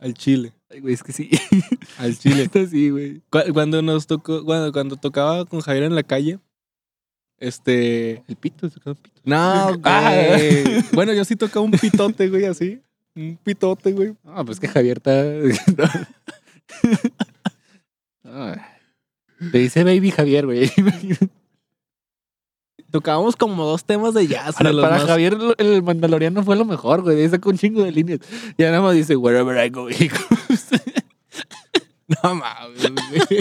Speaker 3: Al chile,
Speaker 2: Ay, güey, es que sí.
Speaker 3: al chile.
Speaker 2: Está así, güey.
Speaker 3: Cu- Cuando nos tocó, cuando, cuando tocaba con Javier en la calle, este...
Speaker 2: El pito, se quedó el pito.
Speaker 3: No,
Speaker 2: Ah.
Speaker 3: güey. bueno, yo sí tocaba un pitote, güey, así. Un pitote, güey.
Speaker 2: No, pues que Javier está. Ah. Te dice baby Javier, güey.
Speaker 3: Tocábamos como dos temas de jazz.
Speaker 2: Para,
Speaker 3: de los
Speaker 2: para
Speaker 3: más-
Speaker 2: Javier lo- el mandaloriano fue lo mejor, güey. Ahí sacó un chingo de líneas. Y nada más dice, wherever I go, he goes".
Speaker 3: No mames, güey.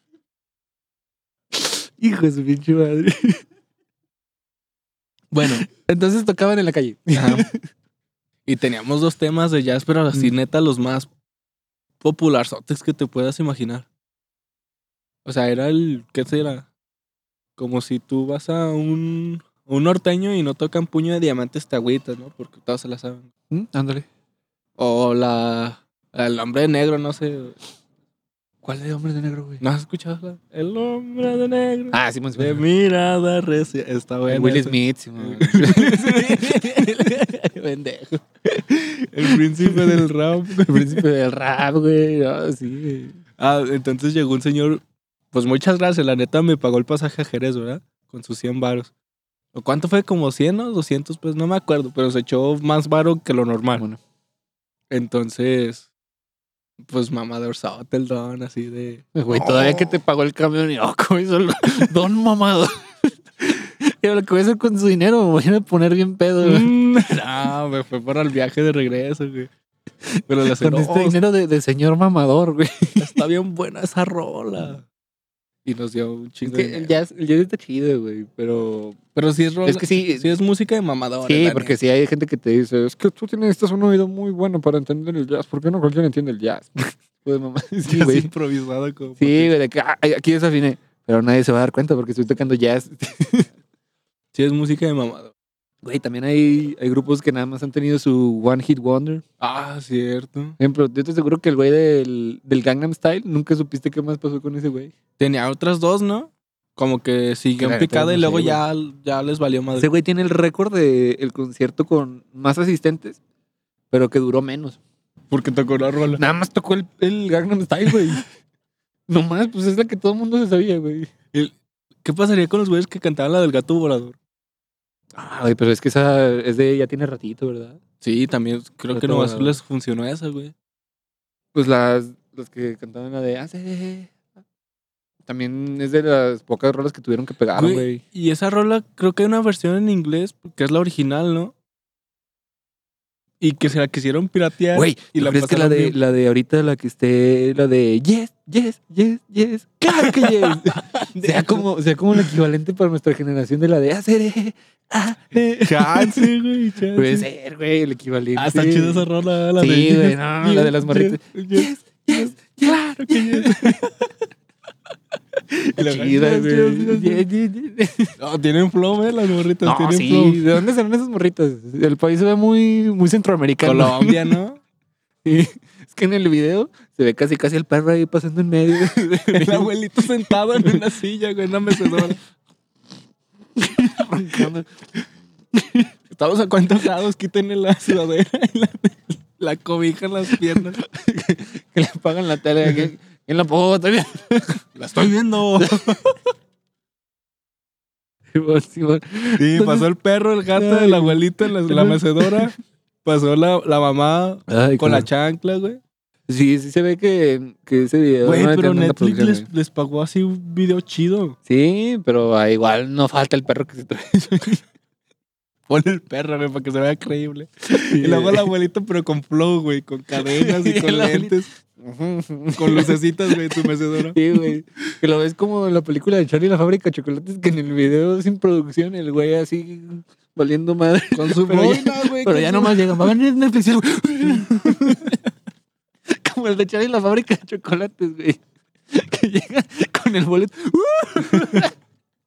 Speaker 2: Hijo de su pinche madre.
Speaker 3: Bueno,
Speaker 2: Entonces tocaban en la calle.
Speaker 3: y teníamos dos temas de jazz, pero así neta los más popularzotes que te puedas imaginar. O sea, era el, ¿qué será? Como si tú vas a un, un norteño y no tocan puño de diamantes tagüitas, ¿no? Porque todos se la saben.
Speaker 2: Mm, Ándale.
Speaker 3: O la, el hombre negro, no sé.
Speaker 2: ¿Cuál de hombre de negro, güey?
Speaker 3: ¿No has escuchado? la- El hombre de negro.
Speaker 2: Ah, Simón,
Speaker 3: de
Speaker 2: Simón.
Speaker 3: mirada recia. Está bueno.
Speaker 2: Will Smith, Simón.
Speaker 3: Pendejo. El príncipe del rap.
Speaker 2: El príncipe del rap, güey. No, sí, güey.
Speaker 3: Ah, entonces llegó un señor. Pues muchas gracias, la neta me pagó el pasaje a Jerez, ¿verdad? Con sus 100 varos. ¿O cuánto fue? ¿Como 100 o 200? Pues no me acuerdo, pero se echó más varo que lo normal.
Speaker 2: Bueno.
Speaker 3: Entonces, pues mamador sote el don, así de...
Speaker 2: Güey, todavía
Speaker 3: Oh.
Speaker 2: que te pagó el camión y oh, ¿cómo hizo el don mamado. Pero lo que voy a hacer con su dinero, me voy a poner bien pedo. güey.
Speaker 3: Mm, no, me fue para el viaje de regreso, güey. Pero la
Speaker 2: Con
Speaker 3: señora,
Speaker 2: este
Speaker 3: "Oh,
Speaker 2: dinero de, de señor mamador, güey.
Speaker 3: está bien buena esa rola. Y nos dio un
Speaker 2: Es
Speaker 3: chingo de
Speaker 2: que el
Speaker 3: dinero.
Speaker 2: jazz, el jazz está chido, güey, pero...
Speaker 3: Pero sí es rola.
Speaker 2: Es que sí,
Speaker 3: sí es música de mamadora.
Speaker 2: sí,
Speaker 3: la
Speaker 2: porque sí hay gente que te dice, es que tú tienes, estás un oído muy bueno para entender el jazz, ¿por qué no cualquiera entiende el jazz? Pues, mamá, sí,
Speaker 3: neta. Así
Speaker 2: güey.
Speaker 3: improvisado como.
Speaker 2: Sí, güey, de que, "Ah, aquí desafiné. Pero nadie se va a dar cuenta porque estoy tocando jazz.
Speaker 3: Sí es música de mamadora.
Speaker 2: Güey, también hay, hay grupos que nada más han tenido su One Hit Wonder.
Speaker 3: Ah, cierto.
Speaker 2: Por ejemplo, yo te aseguro que el güey del, del Gangnam Style, nunca supiste qué más pasó con ese güey.
Speaker 3: Tenía otras dos, ¿no? Como que siguió en
Speaker 2: Claro,
Speaker 3: picada y
Speaker 2: no sé,
Speaker 3: luego ya, ya les valió madre.
Speaker 2: Ese güey tiene el récord del concierto con más asistentes, pero que duró menos.
Speaker 3: Porque tocó la rola.
Speaker 2: Nada más tocó el, el Gangnam Style, güey. Nomás, pues es la que todo el mundo se sabía, güey.
Speaker 3: ¿Qué pasaría con los güeyes que cantaban la del gato volador?
Speaker 2: Ah, güey, pero es que esa es de ya tiene ratito, ¿verdad?
Speaker 3: Sí, también creo que
Speaker 2: Gato
Speaker 3: nomás
Speaker 2: volador.
Speaker 3: les funcionó esa, güey.
Speaker 2: Pues las, las que cantaban la de "Ah, hace. También es de las pocas rolas que tuvieron que pegar,
Speaker 3: Güey,
Speaker 2: güey.
Speaker 3: Y esa rola, creo que hay una versión en inglés, que es la original, ¿no? Y que se la quisieron piratear.
Speaker 2: Güey,
Speaker 3: y
Speaker 2: ¿y
Speaker 3: la
Speaker 2: la crees que la
Speaker 3: pasaron
Speaker 2: de,
Speaker 3: bien?
Speaker 2: la de ahorita, la que esté, la de yes, yes, yes, yes, claro que yes? sea, como, sea como el equivalente para nuestra generación de la de hacer, eh, ah,
Speaker 3: Chance, güey, chance.
Speaker 2: Puede ser, güey, el equivalente.
Speaker 3: ah, está chida esa rola, la
Speaker 2: eh, pues, Sí,
Speaker 3: de...
Speaker 2: güey, no, la de las morritas.
Speaker 3: Yes,
Speaker 2: Yes, yes, claro que yes.
Speaker 3: Y la-
Speaker 2: Chida,
Speaker 3: yes,
Speaker 2: güey.
Speaker 3: yes,
Speaker 2: Yes,
Speaker 3: yes,
Speaker 2: yes, yes.
Speaker 3: No, tienen flow, eh, las morritas
Speaker 2: No,
Speaker 3: tienen
Speaker 2: sí.
Speaker 3: flow.
Speaker 2: ¿De dónde serán esas morritas? El país se ve muy, muy centroamericano.
Speaker 3: Colombia, ¿no?
Speaker 2: Sí. Es que en el video se ve casi casi el perro ahí pasando en medio.
Speaker 3: El abuelito sentado en una silla, güey, en una mecedora.
Speaker 2: Roncando.
Speaker 3: Estamos a cuántos grados, quítenle la sudadera y la, la cobija en las piernas.
Speaker 2: que le apagan la tele. ¿Quién la apagó?
Speaker 3: La estoy viendo.
Speaker 2: Simón, Simón.
Speaker 3: Sí, pasó el perro, el gato,
Speaker 2: Ay.
Speaker 3: la abuelita, la, la mecedora. Pasó la, la mamá
Speaker 2: Ay,
Speaker 3: con
Speaker 2: cómo-
Speaker 3: la chancla, güey.
Speaker 2: Sí, sí se ve que, que ese video.
Speaker 3: Güey,
Speaker 2: no le
Speaker 3: pero
Speaker 2: tiene tanta
Speaker 3: Netflix
Speaker 2: producción,
Speaker 3: les,
Speaker 2: güey.
Speaker 3: les pagó así un video chido.
Speaker 2: Sí, pero ah, igual no falta el perro que se trae.
Speaker 3: Pon el perro, güey, para que se vea creíble. Y luego la abuelita, pero con flow, güey, con cadenas y
Speaker 2: Y
Speaker 3: con
Speaker 2: la abuelita-
Speaker 3: lentes, con lucecitas, güey, en su mecedora.
Speaker 2: Sí, güey. Que lo ves como en la película de Charlie y la fábrica de chocolates, que en el video sin producción, el güey así valiendo madre.
Speaker 3: Con su
Speaker 2: Pero ya-
Speaker 3: boina, güey.
Speaker 2: Pero
Speaker 3: con
Speaker 2: ya
Speaker 3: su-
Speaker 2: nomás llegan, va a venir Netflix, el güey. Como el de Charlie y la fábrica de chocolates, güey. Que llega con el boleto.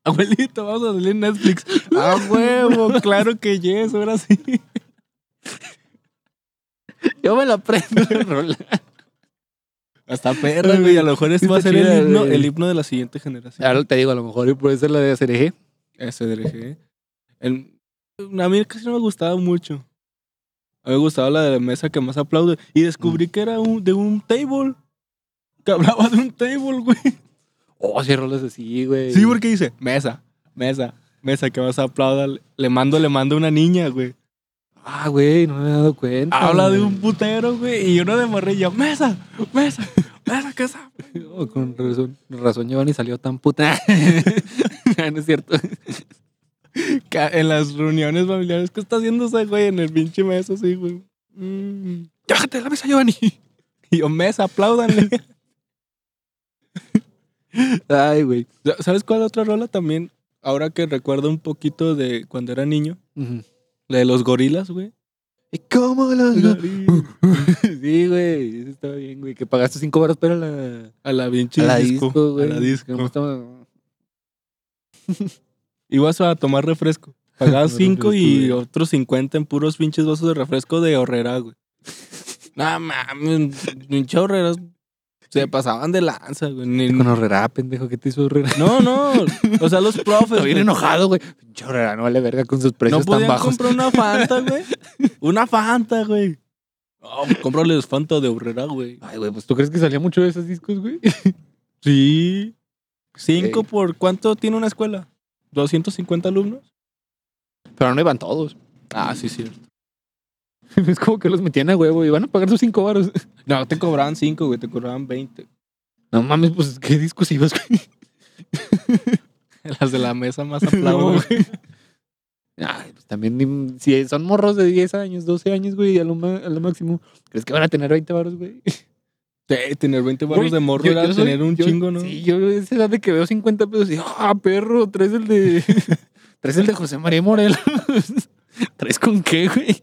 Speaker 3: Abuelito, vamos a salir en Netflix. ¡Ah, huevo! Claro que yes, ahora sí.
Speaker 2: Yo me la prendo, rola.
Speaker 3: Hasta perra, güey. A lo mejor esto va a
Speaker 2: Está
Speaker 3: ser el
Speaker 2: este chida, Ah,
Speaker 3: himno,
Speaker 2: güey.
Speaker 3: el himno de la siguiente generación.
Speaker 2: Ahora te digo, a lo mejor y puede ser la de ACRG.
Speaker 3: SDRG.
Speaker 2: ¿eh?
Speaker 3: El, a mí casi no me gustaba mucho. A mí me gustaba la de la mesa que más aplaude. Y descubrí
Speaker 2: Mm.
Speaker 3: que era un, de un table. Que hablaba de un table, güey.
Speaker 2: Oh, sí, rolas así, güey.
Speaker 3: Sí, porque dice, mesa, mesa, mesa que más aplauda. Le mando, le mando a una niña, güey.
Speaker 2: Ah, güey, no me he dado cuenta.
Speaker 3: Habla de
Speaker 2: güey.
Speaker 3: un putero, güey. Y uno de morrillo, mesa, mesa, mesa, que esa.
Speaker 2: Oh, con razón, razón Giovanni salió tan puta. Ah, no es cierto.
Speaker 3: Ca- En las reuniones familiares, ¿qué está haciendo ese güey en el pinche mesa así, güey? Mm. ¡Ya bájate de la mesa, Giovanni! Y yo, mesa, apláudanle.
Speaker 2: Ay, güey.
Speaker 3: ¿Sabes cuál otra rola también? Ahora que recuerdo un poquito de cuando era niño.
Speaker 2: Ujú.
Speaker 3: La de los gorilas, güey.
Speaker 2: ¿Y cómo los go-
Speaker 3: A
Speaker 2: Sí, güey. Eso estaba bien, güey. Que pagaste cinco baros para la,
Speaker 3: la pinche
Speaker 2: a la
Speaker 3: disco,
Speaker 2: disco, güey.
Speaker 3: A la
Speaker 2: Que nomás
Speaker 3: disco.
Speaker 2: estaba-
Speaker 3: Ibas a tomar refresco. Pagabas
Speaker 2: Tomar
Speaker 3: 5 y
Speaker 2: refresco, güey.
Speaker 3: otros 50 en puros pinches vasos de refresco de horrera, güey. No mames, pinche horreras. Se pasaban de lanza, güey. Ni-
Speaker 2: Con Horrera, pendejo. ¿Qué te hizo Horrera?
Speaker 3: No, no. O sea, los profes.
Speaker 2: Está bien
Speaker 3: güey,
Speaker 2: enojado, güey. Pinche Horrera, no vale verga con sus precios
Speaker 3: no podían
Speaker 2: tan bajos.
Speaker 3: comprar una Fanta, güey. Una Fanta, güey. Oh, cómprales Fanta de obrera, güey.
Speaker 2: Ay, güey, pues tú crees que salía mucho de esos discos, güey.
Speaker 3: Sí. ¿Cinco
Speaker 2: Ey.
Speaker 3: por cuánto tiene una escuela? ¿250 alumnos?
Speaker 2: Pero no iban todos.
Speaker 3: Ah, sí, cierto.
Speaker 2: Es como que los metían a huevo y van a pagar sus cinco baros.
Speaker 3: No, te cobraban cinco, güey. Te cobraban 20.
Speaker 2: No mames, pues qué discos ibas, güey.
Speaker 3: Las de la mesa más
Speaker 2: No,
Speaker 3: aplaudo, güey.
Speaker 2: güey. Ay, pues también ni- si son morros de 10 años, 12 años, güey, a lo, ma- a lo máximo, ¿crees que van a tener 20 varos, güey?
Speaker 3: Sí, tener 20 barros
Speaker 2: Güey,
Speaker 3: de morro
Speaker 2: yo-
Speaker 3: era
Speaker 2: yo soy-
Speaker 3: tener un
Speaker 2: yo-
Speaker 3: chingo, ¿no?
Speaker 2: Sí, yo a esa edad de que veo 50 pesos y, ah, perro, traes el de traes el de José María Morelos. ¿Traes con qué, güey?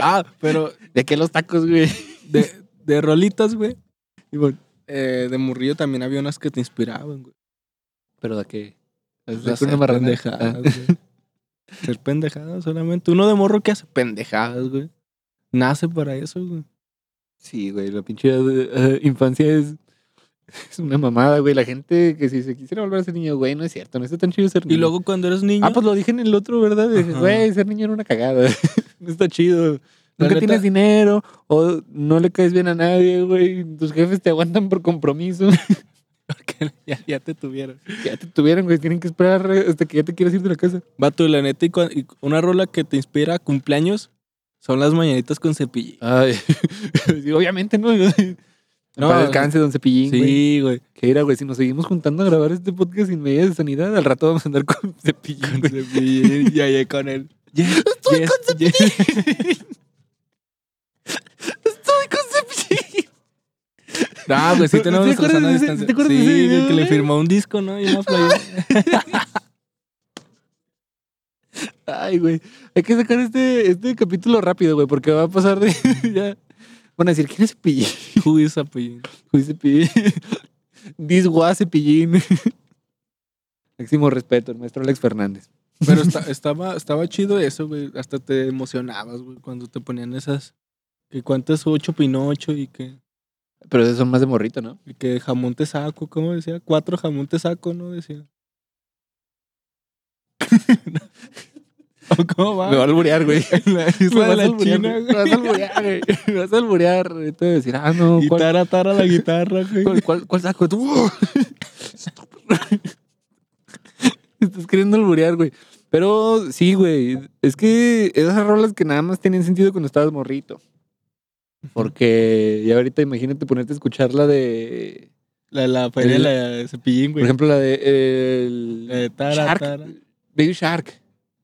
Speaker 3: Ah, pero
Speaker 2: ¿De qué los tacos, güey?
Speaker 3: de, de rolitas, güey.
Speaker 2: Y bueno,
Speaker 3: eh, de morrillo también había unas que te inspiraban, güey.
Speaker 2: pero de qué? ¿Es Ah,
Speaker 3: Las
Speaker 2: una marrana?
Speaker 3: pendejadas, güey. Ser pendejadas solamente. Uno de morro que hace pendejadas, güey. Nace para eso, güey.
Speaker 2: Sí, güey, la pinche eh, infancia es, es una mamada, güey. La gente que si se quisiera volver a ser niño, güey, no es cierto, no está tan chido ser niño.
Speaker 3: Y luego cuando eres niño.
Speaker 2: Ah, pues lo dije en el otro, ¿verdad? De,
Speaker 3: Ajá.
Speaker 2: Güey, ser niño era una cagada. no está chido.
Speaker 3: La
Speaker 2: Nunca
Speaker 3: neta-
Speaker 2: tienes dinero o no le caes bien a nadie, güey. Tus jefes te aguantan por compromiso.
Speaker 3: porque ya, ya te tuvieron.
Speaker 2: ya te tuvieron, güey. Tienen que esperar hasta que ya te quieras ir de la casa.
Speaker 3: Vato, la neta, y, cua- y una rola que te inspira a cumpleaños son las mañanitas con cepillín.
Speaker 2: Ay, sí, obviamente, ¿no?
Speaker 3: No,
Speaker 2: No, Para descanse, don Cepillín, güey.
Speaker 3: Sí, güey.
Speaker 2: Que era, güey, si nos seguimos juntando a grabar este podcast sin medidas de sanidad, al rato vamos a andar con Cepillín,
Speaker 3: Con
Speaker 2: güey.
Speaker 3: cepillín. Y ahí con él. Estoy con cepillín.
Speaker 2: ¡Estoy con Cepillín!
Speaker 3: No, güey, sí
Speaker 2: ¿Te
Speaker 3: tenemos nuestra
Speaker 2: acuerdas
Speaker 3: sana
Speaker 2: de ese-
Speaker 3: distancia.
Speaker 2: te acuerdas de ese
Speaker 3: Sí, güey,
Speaker 2: video,
Speaker 3: que le
Speaker 2: güey?
Speaker 3: firmó un disco, ¿no? Y una playera.
Speaker 2: Ay, güey. Hay que sacar este, este capítulo rápido, güey, porque va a pasar de. ya. Van a decir, ¿quién es Cepillín?
Speaker 3: Who is cepillín?
Speaker 2: Uy, Cepillín. This was Cepillín. Máximo respeto, el maestro Alex Fernández.
Speaker 3: Pero esta- estaba, estaba chido eso, güey. Hasta te emocionabas, güey, cuando te ponían esas. Que cuántas ocho pinocho y que,
Speaker 2: Pero esos son más de morrito, ¿no?
Speaker 3: y que jamón te saco, ¿cómo decía? Cuatro jamón te saco, ¿no? Decía. ¿O ¿Cómo va?
Speaker 2: Me va a alburear, güey.
Speaker 3: En la
Speaker 2: Me
Speaker 3: isla de
Speaker 2: vas a
Speaker 3: la
Speaker 2: alburear,
Speaker 3: China,
Speaker 2: güey. Me vas a
Speaker 3: güey.
Speaker 2: alburear, güey. Me vas a alburear. Ahorita voy a decir, ah, no,
Speaker 3: Y
Speaker 2: ¿cuál,
Speaker 3: tara, tara la guitarra, güey.
Speaker 2: cuál, cuál- cuál saco? Tú. estás queriendo alburear, güey. Pero sí, güey. Es que esas rolas que nada más tenían sentido cuando estabas morrito. Porque ya ahorita imagínate ponerte a escuchar la de.
Speaker 3: La, la feria de la de Cepillín,
Speaker 2: Por
Speaker 3: güey.
Speaker 2: ejemplo, la de. eh, el-
Speaker 3: La de Tara,
Speaker 2: Shark.
Speaker 3: Tara.
Speaker 2: Baby Shark.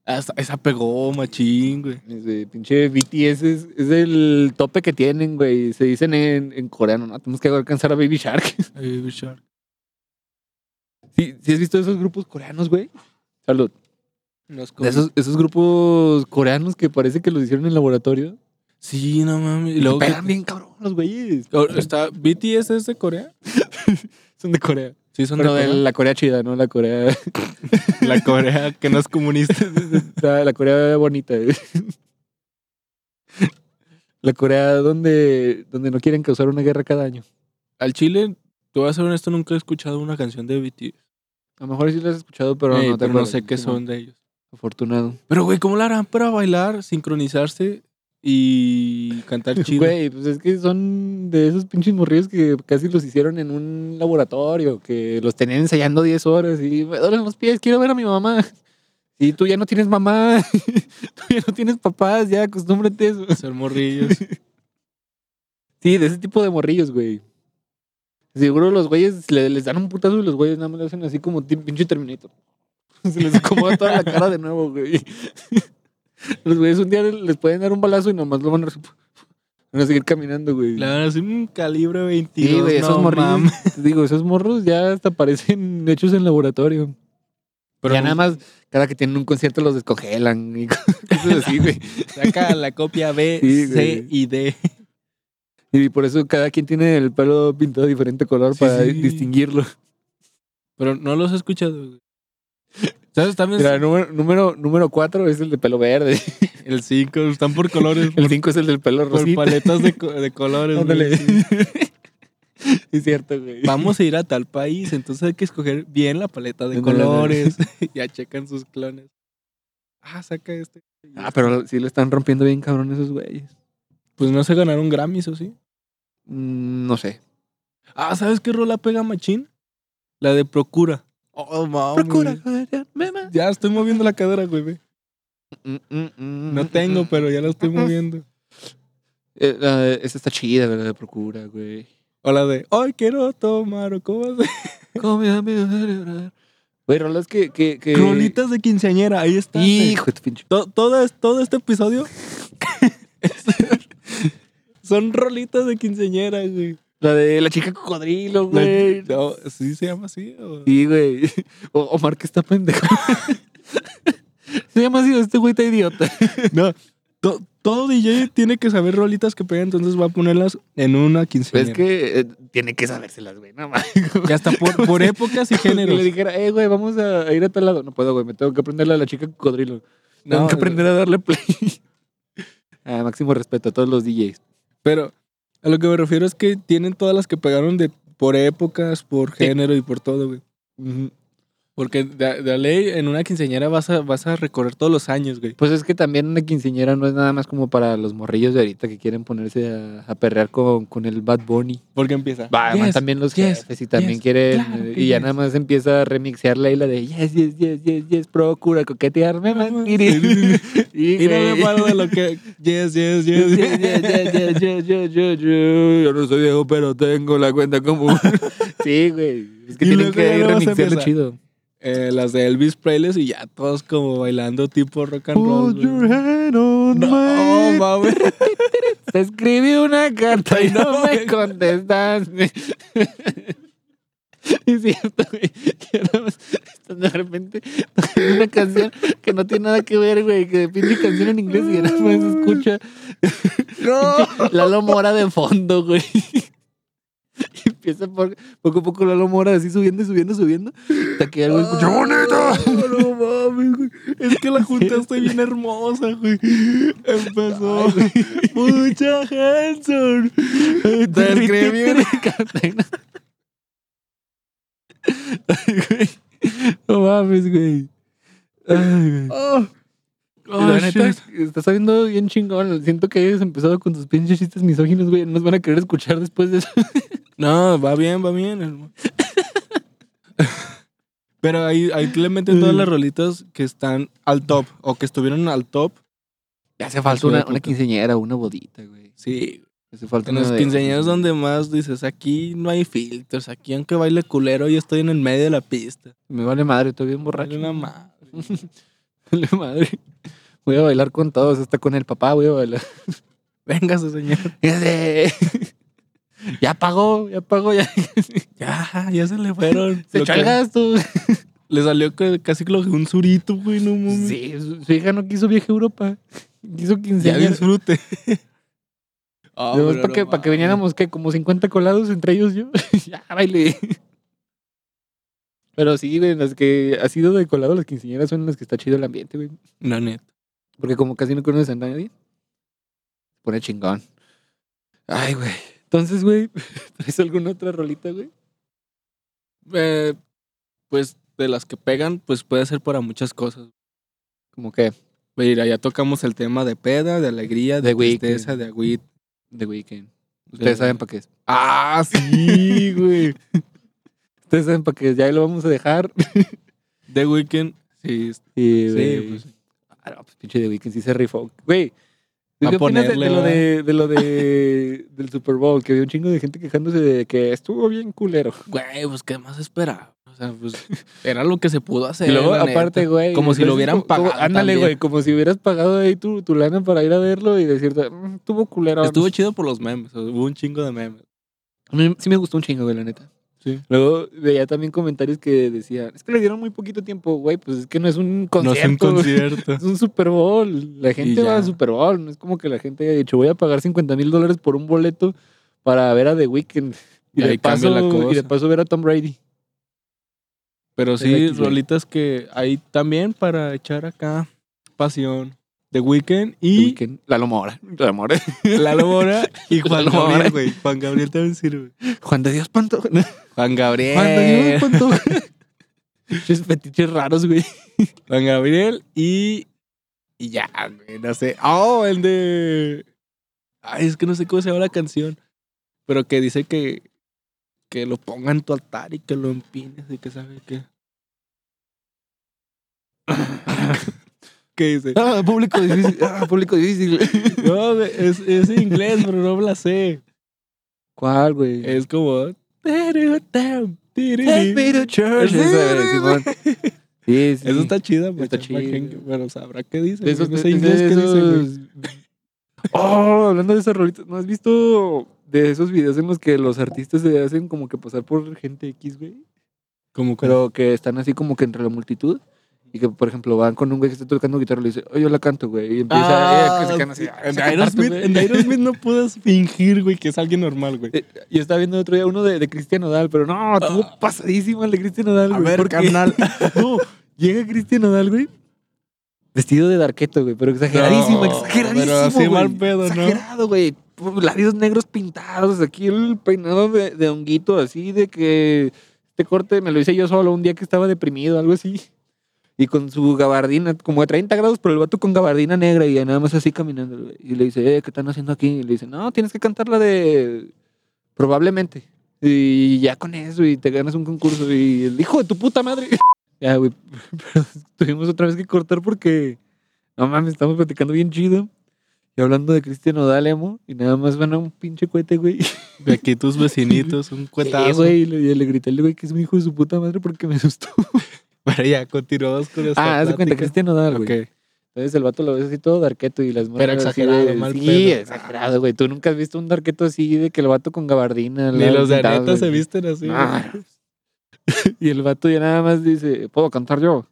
Speaker 3: Ah, Esa, esa pegó, machín, güey.
Speaker 2: Es de pinche BTS es, es el tope que tienen, güey. Se dicen en, en coreano, ¿no? Tenemos que alcanzar a Baby Shark.
Speaker 3: Baby Shark.
Speaker 2: ¿Sí, sí has visto esos grupos coreanos, güey? Salud.
Speaker 3: Los
Speaker 2: De esos, esos grupos coreanos que parece que los hicieron en laboratorio.
Speaker 3: Sí, no mames. Y
Speaker 2: Y
Speaker 3: luego que-
Speaker 2: pegan bien cabrón los güeyes.
Speaker 3: Oh, Está, ¿BTS es de Corea?
Speaker 2: Son de Corea.
Speaker 3: Sí, son
Speaker 2: Pero
Speaker 3: de
Speaker 2: de
Speaker 3: Corea.
Speaker 2: la Corea chida, ¿no? La Corea...
Speaker 3: La Corea que no es comunista.
Speaker 2: La, la Corea bonita. güey. La Corea donde, donde no quieren causar una guerra cada año.
Speaker 3: Al Chile, te voy a ser honesto, nunca he escuchado una canción de BTS.
Speaker 2: A lo mejor sí lo has escuchado, pero
Speaker 3: Ey,
Speaker 2: no te
Speaker 3: pero no
Speaker 2: acuerdas.
Speaker 3: sé qué
Speaker 2: Sí,
Speaker 3: son de ellos.
Speaker 2: Afortunado.
Speaker 3: Pero, güey, ¿cómo la harán para bailar, sincronizarse y cantar chido?
Speaker 2: Güey, pues es que son de esos pinches morrillos que casi los hicieron en un laboratorio, que los tenían ensayando 10 horas y me duelen los pies, quiero ver a mi mamá. Y tú ya no tienes mamá, tú ya no tienes papás, ya acostúmbrate a eso.
Speaker 3: Ser morrillos.
Speaker 2: Sí, de ese tipo de morrillos, güey. Seguro los güeyes le- les dan un putazo y los güeyes nada más le hacen así como ti- pinche terminito. Se les acomoda toda la cara de nuevo, güey. Los güeyes un día les pueden dar un balazo y nomás lo van a, van a seguir caminando, güey.
Speaker 3: Le van a hacer un calibre
Speaker 2: Sí,
Speaker 3: 22.
Speaker 2: güey, esos
Speaker 3: no
Speaker 2: morrillos.
Speaker 3: mames.
Speaker 2: te Digo, esos morros ya hasta parecen hechos en laboratorio.
Speaker 3: Pero
Speaker 2: ya nada más, cada que tienen un concierto los descongelan y cosas así, güey.
Speaker 3: Saca la copia B,
Speaker 2: Sí,
Speaker 3: C
Speaker 2: güey.
Speaker 3: y D.
Speaker 2: Y por eso cada quien tiene el pelo pintado de diferente color
Speaker 3: Sí,
Speaker 2: para
Speaker 3: sí.
Speaker 2: distinguirlo.
Speaker 3: Pero no los he escuchado, güey. ¿Sabes? También
Speaker 2: Mira, número, número, número cuatro es el de pelo verde.
Speaker 3: el 5 están por colores,
Speaker 2: El
Speaker 3: por,
Speaker 2: cinco es el del pelo
Speaker 3: por
Speaker 2: rosita.
Speaker 3: paletas de, co- de colores. güey.
Speaker 2: Ándale.
Speaker 3: Sí.
Speaker 2: es cierto, güey.
Speaker 3: Vamos a ir a tal país, entonces hay que escoger bien la paleta
Speaker 2: No,
Speaker 3: de
Speaker 2: no, no, no.
Speaker 3: colores. ya checan sus clones. Ah, saca este.
Speaker 2: Ah, pero sí lo están rompiendo bien cabrón esos güeyes.
Speaker 3: Pues no se ganaron Grammys, ¿o sí?
Speaker 2: Mm, No sé.
Speaker 3: Ah, ¿sabes qué rola pega machín? La de Procura. Oh, mames.
Speaker 2: joder, me ma-
Speaker 3: Ya estoy moviendo la cadera, güey. ve.
Speaker 2: Mm, mm, mm,
Speaker 3: No
Speaker 2: mm,
Speaker 3: tengo,
Speaker 2: mm.
Speaker 3: pero ya la estoy moviendo.
Speaker 2: Eh, la de- esa está chida, ¿verdad? De procura, güey.
Speaker 3: O la de, hoy quiero tomar, o cómo se-
Speaker 2: Come a mi cerebrar. Güey, rolas que. que, que...
Speaker 3: Rolitas de quinceañera, ahí está.
Speaker 2: Eh, Hijo de tu pinche.
Speaker 3: To- todo, es- todo este episodio son rolitas de quinceañera, güey.
Speaker 2: La de la chica cocodrilo,
Speaker 3: La-
Speaker 2: güey.
Speaker 3: no, ¿Sí se llama así? o-
Speaker 2: Sí, güey. O, Omar que está pendejo. Se llama así, este güey está idiota.
Speaker 3: No, to- todo DJ tiene que saber rolitas que pega, entonces va a ponerlas en una quinceañera.
Speaker 2: Es que eh, tiene que sabérselas, güey. Nada más.
Speaker 3: Ya está por, por épocas y
Speaker 2: Género. Le
Speaker 3: géneros.
Speaker 2: dijera, eh, güey, vamos a ir a tal lado. No puedo, güey. Me tengo que aprender a la chica cocodrilo. Tengo
Speaker 3: No,
Speaker 2: que aprender a darle play. Ah, máximo respeto a todos los DJs.
Speaker 3: Pero a lo que me refiero es que tienen todas las que pegaron de por épocas, por género y por todo, güey. Porque de, de ley en una quinceañera vas a, vas a recorrer todos los años, güey.
Speaker 2: Pues es que también una quinceñera no es nada más como para los morrillos de ahorita que quieren ponerse a, a perrear con, con el Bad Bunny.
Speaker 3: Porque empieza.
Speaker 2: Va, van
Speaker 3: Yes,
Speaker 2: también los
Speaker 3: yes,
Speaker 2: jefes y también
Speaker 3: yes,
Speaker 2: quieren.
Speaker 3: claro
Speaker 2: eh,
Speaker 3: que
Speaker 2: y ya
Speaker 3: yes.
Speaker 2: nada más empieza a remixearla y la de yes, yes, yes, yes, yes, procura coquetearme, man. Y,
Speaker 3: Y no
Speaker 2: güey.
Speaker 3: me paro de lo que. Yes, yes, yes.
Speaker 2: Yes, yes, yes, yes, yes, yes, yes, yes, yes. Yo no soy viejo, pero tengo la cuenta común. sí, güey. Es que
Speaker 3: Y
Speaker 2: tienen
Speaker 3: luego
Speaker 2: que
Speaker 3: ya luego se
Speaker 2: remixearlo
Speaker 3: empieza.
Speaker 2: chido.
Speaker 3: Eh, las de Elvis Presley y ya todos como bailando tipo rock and roll.
Speaker 2: Put your
Speaker 3: güey.
Speaker 2: hand on
Speaker 3: No,
Speaker 2: my-
Speaker 3: mames.
Speaker 2: Te escribí una carta y no
Speaker 3: No,
Speaker 2: me
Speaker 3: güey.
Speaker 2: contestas. Es cierto, güey. que nada más están De repente, tocando una canción que no tiene nada que ver, güey. Que de pinche canción en inglés y nada más se escucha
Speaker 3: No.
Speaker 2: Lalo Mora de fondo, güey. Y empieza por, poco a poco Lalo Mora así subiendo y subiendo, subiendo. Hasta que algo escucha. "¡Oh,
Speaker 3: No, no mames, güey. Es que la juntaste bien hermosa, güey. Empezó. Mucha Hanson. Te escribí una-
Speaker 2: Ay, güey. No mames, güey. Ay, güey.
Speaker 3: Oh.
Speaker 2: la
Speaker 3: Oh,
Speaker 2: neta,
Speaker 3: shit.
Speaker 2: está sabiendo bien chingón. Siento que hayas empezado con tus pinches chistes misóginos, güey. No nos van a querer escuchar después de eso.
Speaker 3: No, va bien, va bien, hermano. Pero ahí, ahí le meten todas las rolitas que están al top o que estuvieron al top.
Speaker 2: Ya hace falta una, una quinceñera, una bodita, güey.
Speaker 3: Sí.
Speaker 2: Hace falta
Speaker 3: En los
Speaker 2: una de-
Speaker 3: quinceañeros donde más dices, aquí no hay filtros, aquí aunque baile culero, yo estoy en el medio de la pista.
Speaker 2: Me vale madre, estoy bien borracho.
Speaker 3: Dale una madre.
Speaker 2: Me vale madre. Voy a bailar con todos, hasta con el papá voy a bailar.
Speaker 3: Véngase, señor.
Speaker 2: Ese- ya pagó, ya pagó, ya
Speaker 3: Ya, ya se le fueron.
Speaker 2: se
Speaker 3: Lo
Speaker 2: echó
Speaker 3: que-
Speaker 2: el gasto.
Speaker 3: Le salió que- casi lo que un surito, güey, no mames.
Speaker 2: Sí, su, su hija no quiso viaje a Europa. Quiso
Speaker 3: Ya
Speaker 2: quinceañera.
Speaker 3: disfrute. Ah,
Speaker 2: Nomás
Speaker 3: pero
Speaker 2: para que,
Speaker 3: no
Speaker 2: para que
Speaker 3: mames.
Speaker 2: viniéramos, que como 50 colados entre ellos yo. ya, baile. Pero sí, güey, las que ha sido de colado las quinceañeras son las que está chido el ambiente, güey.
Speaker 3: No, neta.
Speaker 2: Porque como casi no conoces a nadie, se pone chingón. Ay, güey. Entonces, güey, ¿traes alguna otra rolita, güey?
Speaker 3: Eh, pues de las que pegan, pues puede ser para muchas cosas.
Speaker 2: Como que
Speaker 3: Mira, ya tocamos el tema de peda, de alegría, de
Speaker 2: The Weeknd.
Speaker 3: tristeza, de agüit.
Speaker 2: The Weeknd. Ustedes saben para qué es.
Speaker 3: Ah, sí, güey.
Speaker 2: Ustedes saben para qué es. Ya ahí lo vamos a dejar.
Speaker 3: The Weeknd, sí, sí,
Speaker 2: Y,
Speaker 3: pues.
Speaker 2: Ah, no, pues pinche de Weeknd sí se rifó. Güey. ¿tú
Speaker 3: A
Speaker 2: ¿Qué opinas de, de
Speaker 3: ponerle,
Speaker 2: lo
Speaker 3: ¿verdad?
Speaker 2: de, de lo de del Super Bowl? Que había un chingo de gente quejándose de que estuvo bien culero.
Speaker 3: Güey, pues qué más esperaba. O sea, pues era lo que se pudo hacer.
Speaker 2: y luego,
Speaker 3: la neta.
Speaker 2: aparte, güey.
Speaker 3: Como si lo
Speaker 2: entonces,
Speaker 3: hubieran
Speaker 2: como- como-
Speaker 3: pagado
Speaker 2: Ándale,
Speaker 3: también.
Speaker 2: güey. Como si hubieras pagado ahí tu, tu lana para ir a verlo y decirte, "Mm, estuvo culero.
Speaker 3: Estuvo chido por los memes, o sea, hubo un chingo de memes.
Speaker 2: A mí sí me gustó un chingo, güey, la neta.
Speaker 3: Sí.
Speaker 2: Luego veía también comentarios que decían, es que le dieron muy poquito tiempo, güey, pues es que no es un concierto.
Speaker 3: No
Speaker 2: güey,
Speaker 3: es un concierto.
Speaker 2: es un Super Bowl. La gente va
Speaker 3: ya.
Speaker 2: al Super Bowl. No es como que la gente haya dicho, voy a pagar 50 mil dólares por un boleto para ver a The Weeknd. Y,
Speaker 3: Y
Speaker 2: de
Speaker 3: ahí
Speaker 2: paso,
Speaker 3: cambia la cosa.
Speaker 2: y de paso ver a Tom Brady.
Speaker 3: Pero sí,
Speaker 2: X, güey.
Speaker 3: rolitas que hay también para echar acá pasión. The Weeknd
Speaker 2: The
Speaker 3: y
Speaker 2: Weeknd. Lalo Mora. Lalo Mora.
Speaker 3: Lalo Mora y Juan
Speaker 2: Lalo Mora.
Speaker 3: Gabriel, güey. Juan Gabriel también sirve.
Speaker 2: Juan de Dios Panto. Juan
Speaker 3: Juan Gabriel.
Speaker 2: de Dios Panto. Pinches fetiches raros, güey.
Speaker 3: Juan Gabriel y. Y ya, güey, no sé. Oh, el de. Ay, es que no sé cómo se llama la canción. Pero que dice que. Que lo ponga en tu altar y que lo empines y que sabe qué. ¿Qué dice?
Speaker 2: Ah, público difícil. Ah, público difícil.
Speaker 3: No, güey, es, es en inglés, pero no me la sé.
Speaker 2: ¿Cuál, güey?
Speaker 3: Es como.
Speaker 2: Take me
Speaker 3: Eso
Speaker 2: to church. Esa, güey, Simón. Sí, sí. sí.
Speaker 3: está chida,
Speaker 2: Está
Speaker 3: está
Speaker 2: chido.
Speaker 3: Bueno, sabrá qué dice.
Speaker 2: De esos,
Speaker 3: güey. no sé
Speaker 2: de-
Speaker 3: inglés
Speaker 2: de
Speaker 3: qué dice, güey.
Speaker 2: esos- Oh, hablando de esas rolitas, ¿no has visto de esos videos en los que los artistas se hacen como que pasar por gente X, güey?
Speaker 3: Como que-
Speaker 2: Pero que están así como que entre la multitud. Y que, por ejemplo, van con un güey que está tocando guitarra y le dice, oye, yo la canto, güey. Y empieza eh, que se quedan así.
Speaker 3: sí.
Speaker 2: "Ah,
Speaker 3: En
Speaker 2: esa que
Speaker 3: Aerosmith,
Speaker 2: parto,
Speaker 3: en
Speaker 2: güey".
Speaker 3: Aerosmith no puedes fingir, güey, que es alguien normal, güey.
Speaker 2: Eh, Yo estaba viendo otro día uno de, de Cristian Odal, pero no, estuvo pasadísimo el de Cristian Odal, güey. porque- No, llega Cristian Odal, güey. Vestido de darqueto, güey, pero exageradísimo,
Speaker 3: No,
Speaker 2: exageradísimo.
Speaker 3: pero así
Speaker 2: güey.
Speaker 3: mal pedo, ¿no?
Speaker 2: Exagerado, güey. Pu- Labios negros pintados, aquí el peinado de, de honguito, así de que este corte me lo hice yo solo un día que estaba deprimido, algo así. Y con su gabardina, como a 30 grados, pero el vato con gabardina negra y nada más así caminando. güey. Y le dice, eh, ¿qué están haciendo aquí? Y le dice, no, tienes que cantar la de probablemente. Y ya con eso, y te ganas un concurso. Y el hijo de tu puta madre. Ya, güey. Pero tuvimos otra vez que cortar porque. No mames, estamos platicando bien chido. Y hablando de Cristian Odal, emo, Y nada más van a un pinche cohete, güey.
Speaker 3: De aquí tus vecinitos, un
Speaker 2: Sí,
Speaker 3: cuetazo.
Speaker 2: güey. Y le, y le grité al güey que es mi hijo de su puta madre porque me asustó.
Speaker 3: Pero ya, continuamos con esta
Speaker 2: Ah, haz de cuenta,
Speaker 3: plática.
Speaker 2: Cristian Odal, güey.
Speaker 3: Ok.
Speaker 2: Entonces el vato lo ves así todo darqueto y las morras
Speaker 3: Pero
Speaker 2: así
Speaker 3: exagerado,
Speaker 2: de-
Speaker 3: mal
Speaker 2: Sí,
Speaker 3: pedo.
Speaker 2: exagerado, güey. Tú nunca has visto un darqueto así de que el vato con gabardina.
Speaker 3: Ni
Speaker 2: labios
Speaker 3: los de
Speaker 2: pintados,
Speaker 3: Aneta se
Speaker 2: güey.
Speaker 3: visten así. güey.
Speaker 2: Ah. y el vato ya nada más dice, ¿puedo cantar yo?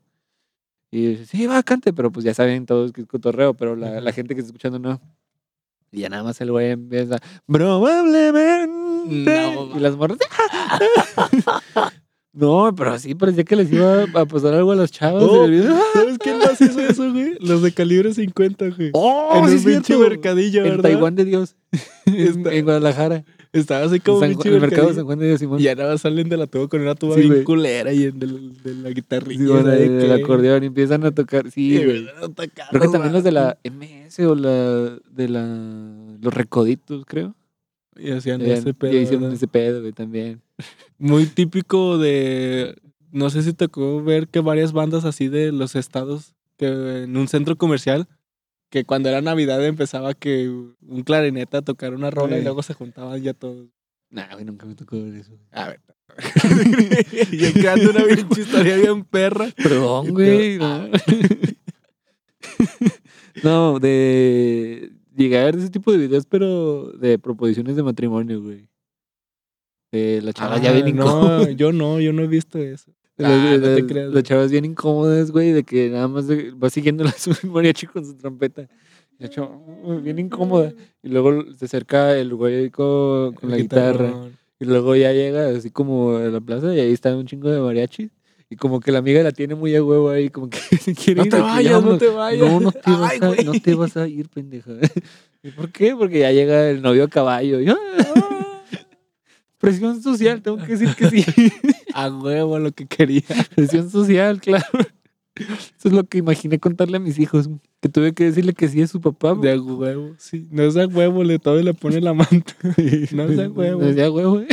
Speaker 2: Y dice, sí, va, cante, pero pues ya saben todos que es cotorreo, pero la, la gente que está escuchando no. Y ya nada más el güey empieza, probablemente.
Speaker 3: No,
Speaker 2: y las morras. "Ah". no, pero sí parecía que les iba a pasar algo a las chavas.
Speaker 3: Oh.
Speaker 2: Y "Ah". el-
Speaker 3: ¿Sabes quién más hizo eso, güey? Los de calibre 50, güey.
Speaker 2: ¡Oh,
Speaker 3: en
Speaker 2: sí
Speaker 3: un
Speaker 2: es
Speaker 3: pinche
Speaker 2: cierto!
Speaker 3: mercadillo,
Speaker 2: En
Speaker 3: ¿verdad?
Speaker 2: Taiwán de Dios. en,
Speaker 3: Está-
Speaker 2: en Guadalajara.
Speaker 3: Estaba así
Speaker 2: En
Speaker 3: como
Speaker 2: San
Speaker 3: un
Speaker 2: Ju-
Speaker 3: pinche
Speaker 2: en el mercado de
Speaker 3: mercadillo.
Speaker 2: San Juan de Dios, Simón.
Speaker 3: Y ahora salen de la tuba con una tuba
Speaker 2: Sí,
Speaker 3: bien
Speaker 2: güey.
Speaker 3: culera y en del- de la guitarrilla.
Speaker 2: Sí, bueno,
Speaker 3: ¿sabe
Speaker 2: el, el
Speaker 3: qué?
Speaker 2: acordeón y empiezan a tocar. Sí,
Speaker 3: Sí,
Speaker 2: güey.
Speaker 3: güey, atacados,
Speaker 2: Ah, Creo que también los de
Speaker 3: güey.
Speaker 2: la MS o la de la los recoditos, creo.
Speaker 3: Y hacían
Speaker 2: Habían-
Speaker 3: ese
Speaker 2: ya
Speaker 3: pedo.
Speaker 2: hicieron
Speaker 3: ¿verdad?
Speaker 2: ese pedo, güey, también.
Speaker 3: Muy típico de no sé si te tocó ver que varias bandas así de los estados, que en un centro comercial, que cuando era Navidad empezaba que un clarineta a tocar una rola y
Speaker 2: Ey.
Speaker 3: luego se juntaban ya todos.
Speaker 2: Nah, güey, nunca me tocó ver eso.
Speaker 3: A ver. y ahí creando una pinche historia bien perra.
Speaker 2: Perdón, güey. No. No, de. Llegué a ver ese tipo de videos, pero de proposiciones de matrimonio, güey. De la chava ya
Speaker 3: Ah,
Speaker 2: bien incómoda.
Speaker 3: No, yo no, yo no he visto eso.
Speaker 2: Las,
Speaker 3: Ah, no te
Speaker 2: las-
Speaker 3: creas.
Speaker 2: las chavas bien incómodas, güey, de que nada más de- va siguiendo la su mariachi con su trompeta. Y La chava, uh, bien incómoda. Y luego se acerca el güey co- con, la guitarra.
Speaker 3: Guitarrón.
Speaker 2: Y luego ya llega así como a la plaza y ahí está un chingo de mariachis. Y como que la amiga la tiene muy a huevo ahí, como que se quiere
Speaker 3: No
Speaker 2: ir
Speaker 3: te
Speaker 2: de que ya
Speaker 3: vayas, no
Speaker 2: vámonos.
Speaker 3: te vayas.
Speaker 2: No, no te, vas
Speaker 3: Ay,
Speaker 2: a,
Speaker 3: güey.
Speaker 2: no te vas a ir, pendeja. ¿Y por qué? Porque ya llega el novio a caballo. Y, ah, presión social, tengo que decir que sí.
Speaker 3: A huevo lo que quería.
Speaker 2: Presión social, claro. Eso es lo que imaginé contarle a mis hijos. Que tuve que decirle que sí es su papá.
Speaker 3: De a huevo, sí. No es a huevo, le todo le pone la manta. No es a huevo.
Speaker 2: No es de a huevo, eh.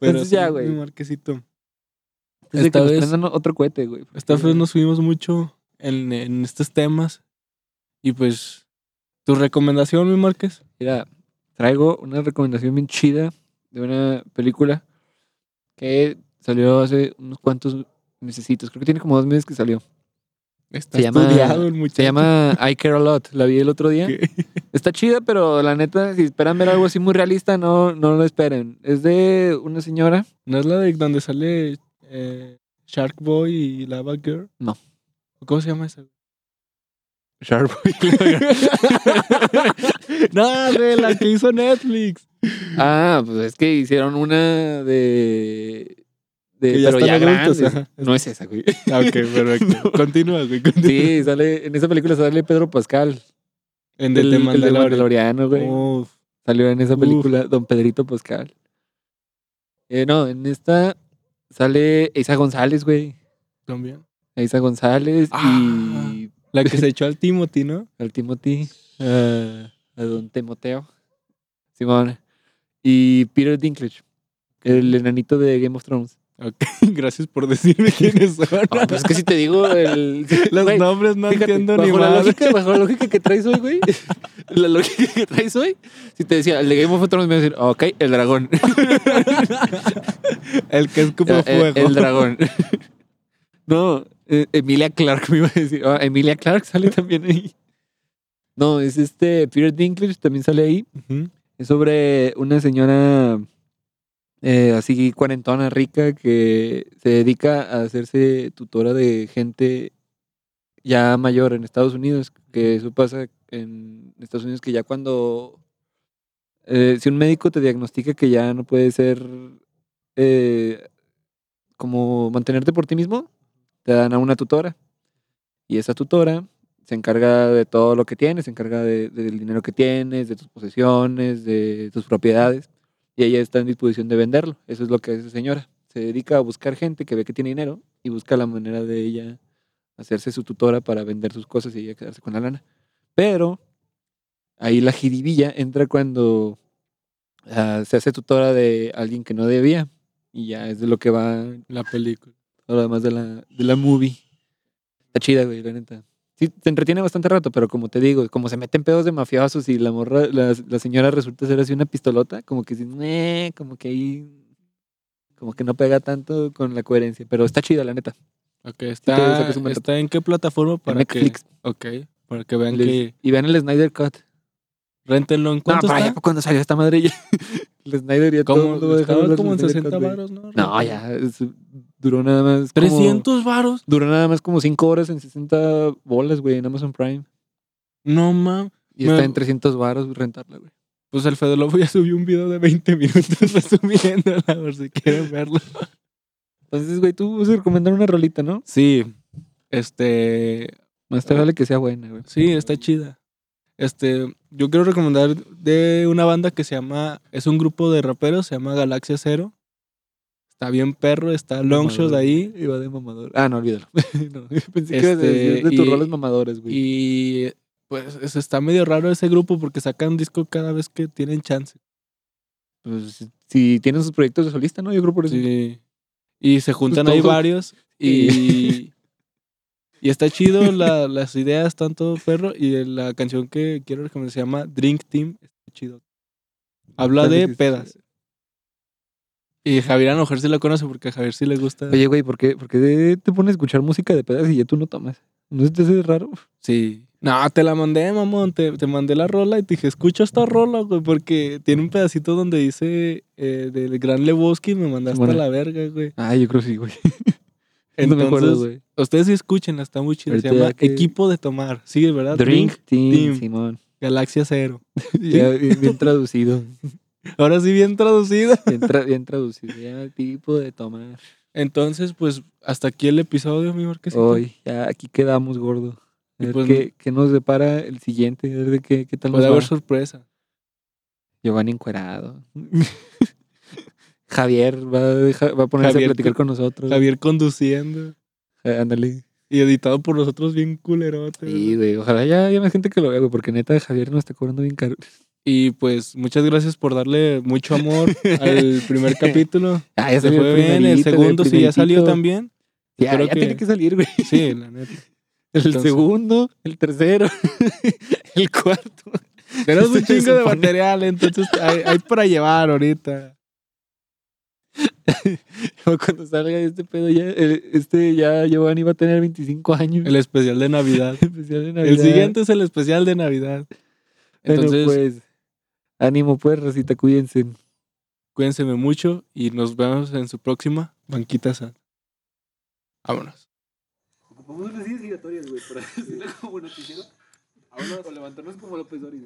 Speaker 2: Entonces ya,
Speaker 3: sí,
Speaker 2: güey.
Speaker 3: Mi marquesito.
Speaker 2: Desde
Speaker 3: Esta
Speaker 2: que nos
Speaker 3: vez-
Speaker 2: prendan otro cohete, güey.
Speaker 3: Esta vez nos fuimos mucho en, en estos temas. Y pues, tu recomendación, mi Márquez.
Speaker 2: Mira, traigo una recomendación bien chida de una película que salió hace unos cuantos mesecitos. Creo que tiene como dos meses que salió.
Speaker 3: Está
Speaker 2: Se llama-
Speaker 3: estudiado el muchacho.
Speaker 2: Se llama I Care a Lot. La vi el otro día.
Speaker 3: ¿Qué?
Speaker 2: Está chida, pero la neta, si esperan ver algo así muy realista, no, no lo esperen. Es de una señora.
Speaker 3: ¿No es la de donde sale eh, Shark Boy y Lava Girl?
Speaker 2: No.
Speaker 3: ¿Cómo se llama esa?
Speaker 2: Sharp.
Speaker 3: no, de la que hizo Netflix.
Speaker 2: Ah, pues es que hicieron una de. de
Speaker 3: Que ya
Speaker 2: pero ya
Speaker 3: están adultos,
Speaker 2: grandes.
Speaker 3: ajá.
Speaker 2: No es esa, güey.
Speaker 3: Ah, ok, perfecto. Continúa, güey. continúa.
Speaker 2: Sí, sale, en esa película sale Pedro Pascal.
Speaker 3: En
Speaker 2: Del,
Speaker 3: The
Speaker 2: el de
Speaker 3: Mandalorian.
Speaker 2: Mandaloriano, güey.
Speaker 3: Uf.
Speaker 2: Salió en esa
Speaker 3: Uf.
Speaker 2: película Don Pedrito Pascal. Eh, no, en esta sale Isa González, güey.
Speaker 3: También.
Speaker 2: Isa González
Speaker 3: Ah.
Speaker 2: y
Speaker 3: La que se echó al Timothy, ¿no?
Speaker 2: al Timothy, a, a Don Timoteo, Simón, y Peter Dinklage, el enanito de Game of Thrones.
Speaker 3: Gracias por decirme quiénes son.
Speaker 2: No, pues es que si te digo el...
Speaker 3: Los
Speaker 2: güey,
Speaker 3: nombres no
Speaker 2: fíjate,
Speaker 3: entiendo ni
Speaker 2: bajo la,
Speaker 3: más.
Speaker 2: lógica, bajo la lógica que traes hoy, güey. La lógica que traes hoy. Si te decía, el de Game of Thrones me iba a decir, ok, el dragón.
Speaker 3: El que escupa
Speaker 2: Eh, eh,
Speaker 3: fuego.
Speaker 2: El, dragón. no, eh, Emilia Clark me iba a decir. Ah, Emilia Clark sale también ahí. No, es este Peter Dinklage, también sale ahí.
Speaker 3: Ujú.
Speaker 2: Es sobre una señora eh, así cuarentona rica que se dedica a hacerse tutora de gente ya mayor en Estados Unidos. Que eso pasa en Estados Unidos que ya cuando... eh, si un médico te diagnostica que ya no puede ser eh, como mantenerte por ti mismo, te dan a una tutora. Y esa tutora se encarga de todo lo que tienes, se encarga de- del dinero que tienes, de tus posesiones, de tus propiedades. Y ella está en disposición de venderlo. Eso es lo que hace esa señora. Se dedica a buscar gente que ve que tiene dinero y busca la manera de ella hacerse su tutora para vender sus cosas y ella quedarse con la lana. Pero ahí la jiribilla entra cuando ah, se hace tutora de alguien que no debía. Y ya es de lo que va
Speaker 3: La película.
Speaker 2: todo lo demás de la, de la movie. Está chida, güey, la neta. Sí, te entretiene bastante rato, pero como te digo, como se meten pedos de mafiosos y la morra, la, la señora resulta ser así una pistolota, como que sí, "Meh", como que ahí, como que no pega tanto con la coherencia, pero está chida, la neta.
Speaker 3: Ok,
Speaker 2: Sí,
Speaker 3: está,
Speaker 2: sacas un buen
Speaker 3: está en qué plataforma para
Speaker 2: Netflix.
Speaker 3: que. Ok, para que vean
Speaker 2: Les-
Speaker 3: que.
Speaker 2: Y vean el Snyder Cut.
Speaker 3: Réntenlo en
Speaker 2: No,
Speaker 3: cuánto
Speaker 2: para allá
Speaker 3: está.
Speaker 2: pa' cuando salió esta madre ya. el Snyder ya todo el
Speaker 3: Como,
Speaker 2: mundo va a dejar
Speaker 3: estaba
Speaker 2: hablar
Speaker 3: como en
Speaker 2: del Snyder
Speaker 3: 60
Speaker 2: Cut, güey.
Speaker 3: varos, ¿no?
Speaker 2: No, ya, es- duró nada más. como-
Speaker 3: 300 varos.
Speaker 2: duró nada más como 5 horas en 60 bolas, güey, en Amazon Prime.
Speaker 3: No mames.
Speaker 2: Y
Speaker 3: Me-
Speaker 2: está en 300 baros rentarla, güey.
Speaker 3: Pues el Fede Lobo ya subió un video de 20 minutos resumiéndola, por si quieren verlo.
Speaker 2: Entonces, güey, tú vas a recomendar una rolita, ¿no?
Speaker 3: Sí. Este.
Speaker 2: Más te vale que sea buena, güey.
Speaker 3: Sí, está chida. Este, yo quiero recomendar de una banda que se llama, es un grupo de raperos, se llama Galaxia Cero. Está bien perro, está Longshot
Speaker 2: Mamador.
Speaker 3: ahí.
Speaker 2: Iba de mamador. Ah, no, olvídalo. No, pensé que
Speaker 3: Este,
Speaker 2: ibas a decir de tus
Speaker 3: y-
Speaker 2: roles mamadores, güey.
Speaker 3: Y pues es- está medio raro ese grupo porque sacan disco cada vez que tienen chance.
Speaker 2: Pues, si tienen sus proyectos de solista, ¿no? Yo creo por eso.
Speaker 3: Sí. Y se juntan ahí
Speaker 2: Todo.
Speaker 3: varios y... Y está chido la- las ideas, tanto perro. Y la canción que quiero recomendar se llama Drink Team. Está chido. Habla de pedas. Y Javier a lo mejor sí la conoce porque a Javier sí le gusta.
Speaker 2: Oye, güey, ¿por qué, por qué te pones a escuchar música de pedas y ya tú no tomas? ¿No se te hace raro?
Speaker 3: Sí. No, te la mandé, mamón. Te, te mandé la rola y te dije, escucha esta rola, güey, porque tiene un pedacito donde dice eh, del gran Lebowski y me mandaste
Speaker 2: Simón.
Speaker 3: a la verga, güey.
Speaker 2: Ah, yo creo que sí, güey. no me acuerdo,
Speaker 3: Entonces,
Speaker 2: güey.
Speaker 3: ustedes sí escuchen, está muy chida. Se
Speaker 2: Ahorita
Speaker 3: llama
Speaker 2: ya que-
Speaker 3: Equipo de Tomar. Sí, ¿verdad?
Speaker 2: Drink Team,
Speaker 3: Team.
Speaker 2: Simón.
Speaker 3: Galaxia Cero.
Speaker 2: Ya, bien, bien traducido.
Speaker 3: Ahora sí, bien traducida.
Speaker 2: Bien, tra- bien traducido. Ya, tipo de tomar.
Speaker 3: Entonces, pues, hasta aquí el episodio, mi amor. ¿qué siento?
Speaker 2: Hoy, ya aquí quedamos, gordo. A
Speaker 3: Y
Speaker 2: ver
Speaker 3: pues-
Speaker 2: qué, qué nos depara el siguiente. A ver de qué, qué tal nos
Speaker 3: Puede
Speaker 2: va.
Speaker 3: haber sorpresa.
Speaker 2: Giovanni encuerado. Javier va a, deja- va a ponerse
Speaker 3: Javier,
Speaker 2: a platicar
Speaker 3: tú-
Speaker 2: con nosotros.
Speaker 3: Javier conduciendo
Speaker 2: Eh, Ándale.
Speaker 3: y editado por nosotros bien culerote.
Speaker 2: Sí, güey. Ojalá ya haya más gente que lo vea, güey, porque neta Javier nos está cobrando bien caro.
Speaker 3: Y pues muchas gracias por darle mucho amor al primer capítulo.
Speaker 2: Ah, ya
Speaker 3: Se fue bien, el
Speaker 2: primerito, güey,
Speaker 3: segundo sí ya salió
Speaker 2: primerito.
Speaker 3: también.
Speaker 2: Ya,
Speaker 3: Espero
Speaker 2: ya
Speaker 3: que-
Speaker 2: tiene que salir, güey.
Speaker 3: Sí, la neta.
Speaker 2: El
Speaker 3: Entonces-
Speaker 2: segundo, el tercero, el cuarto.
Speaker 3: Tenemos
Speaker 2: Se
Speaker 3: un chingo de
Speaker 2: supone-
Speaker 3: material, entonces hay, hay para llevar ahorita.
Speaker 2: Cuando salga este pedo ya, el- este ya Giovanni va a tener 25 años.
Speaker 3: El especial de Navidad.
Speaker 2: Especial de
Speaker 3: El
Speaker 2: Navidad.
Speaker 3: siguiente es el especial de Navidad.
Speaker 2: Bueno,
Speaker 3: Entonces,
Speaker 2: pues, ánimo pues, Rosita, cuídense.
Speaker 3: cuídense mucho y nos vemos en su próxima Banquita San. Vámonos.
Speaker 2: Ocupamos las sillas giratorias, güey, para hacerlo como noticiero. Ahora o levantarnos como López Dori,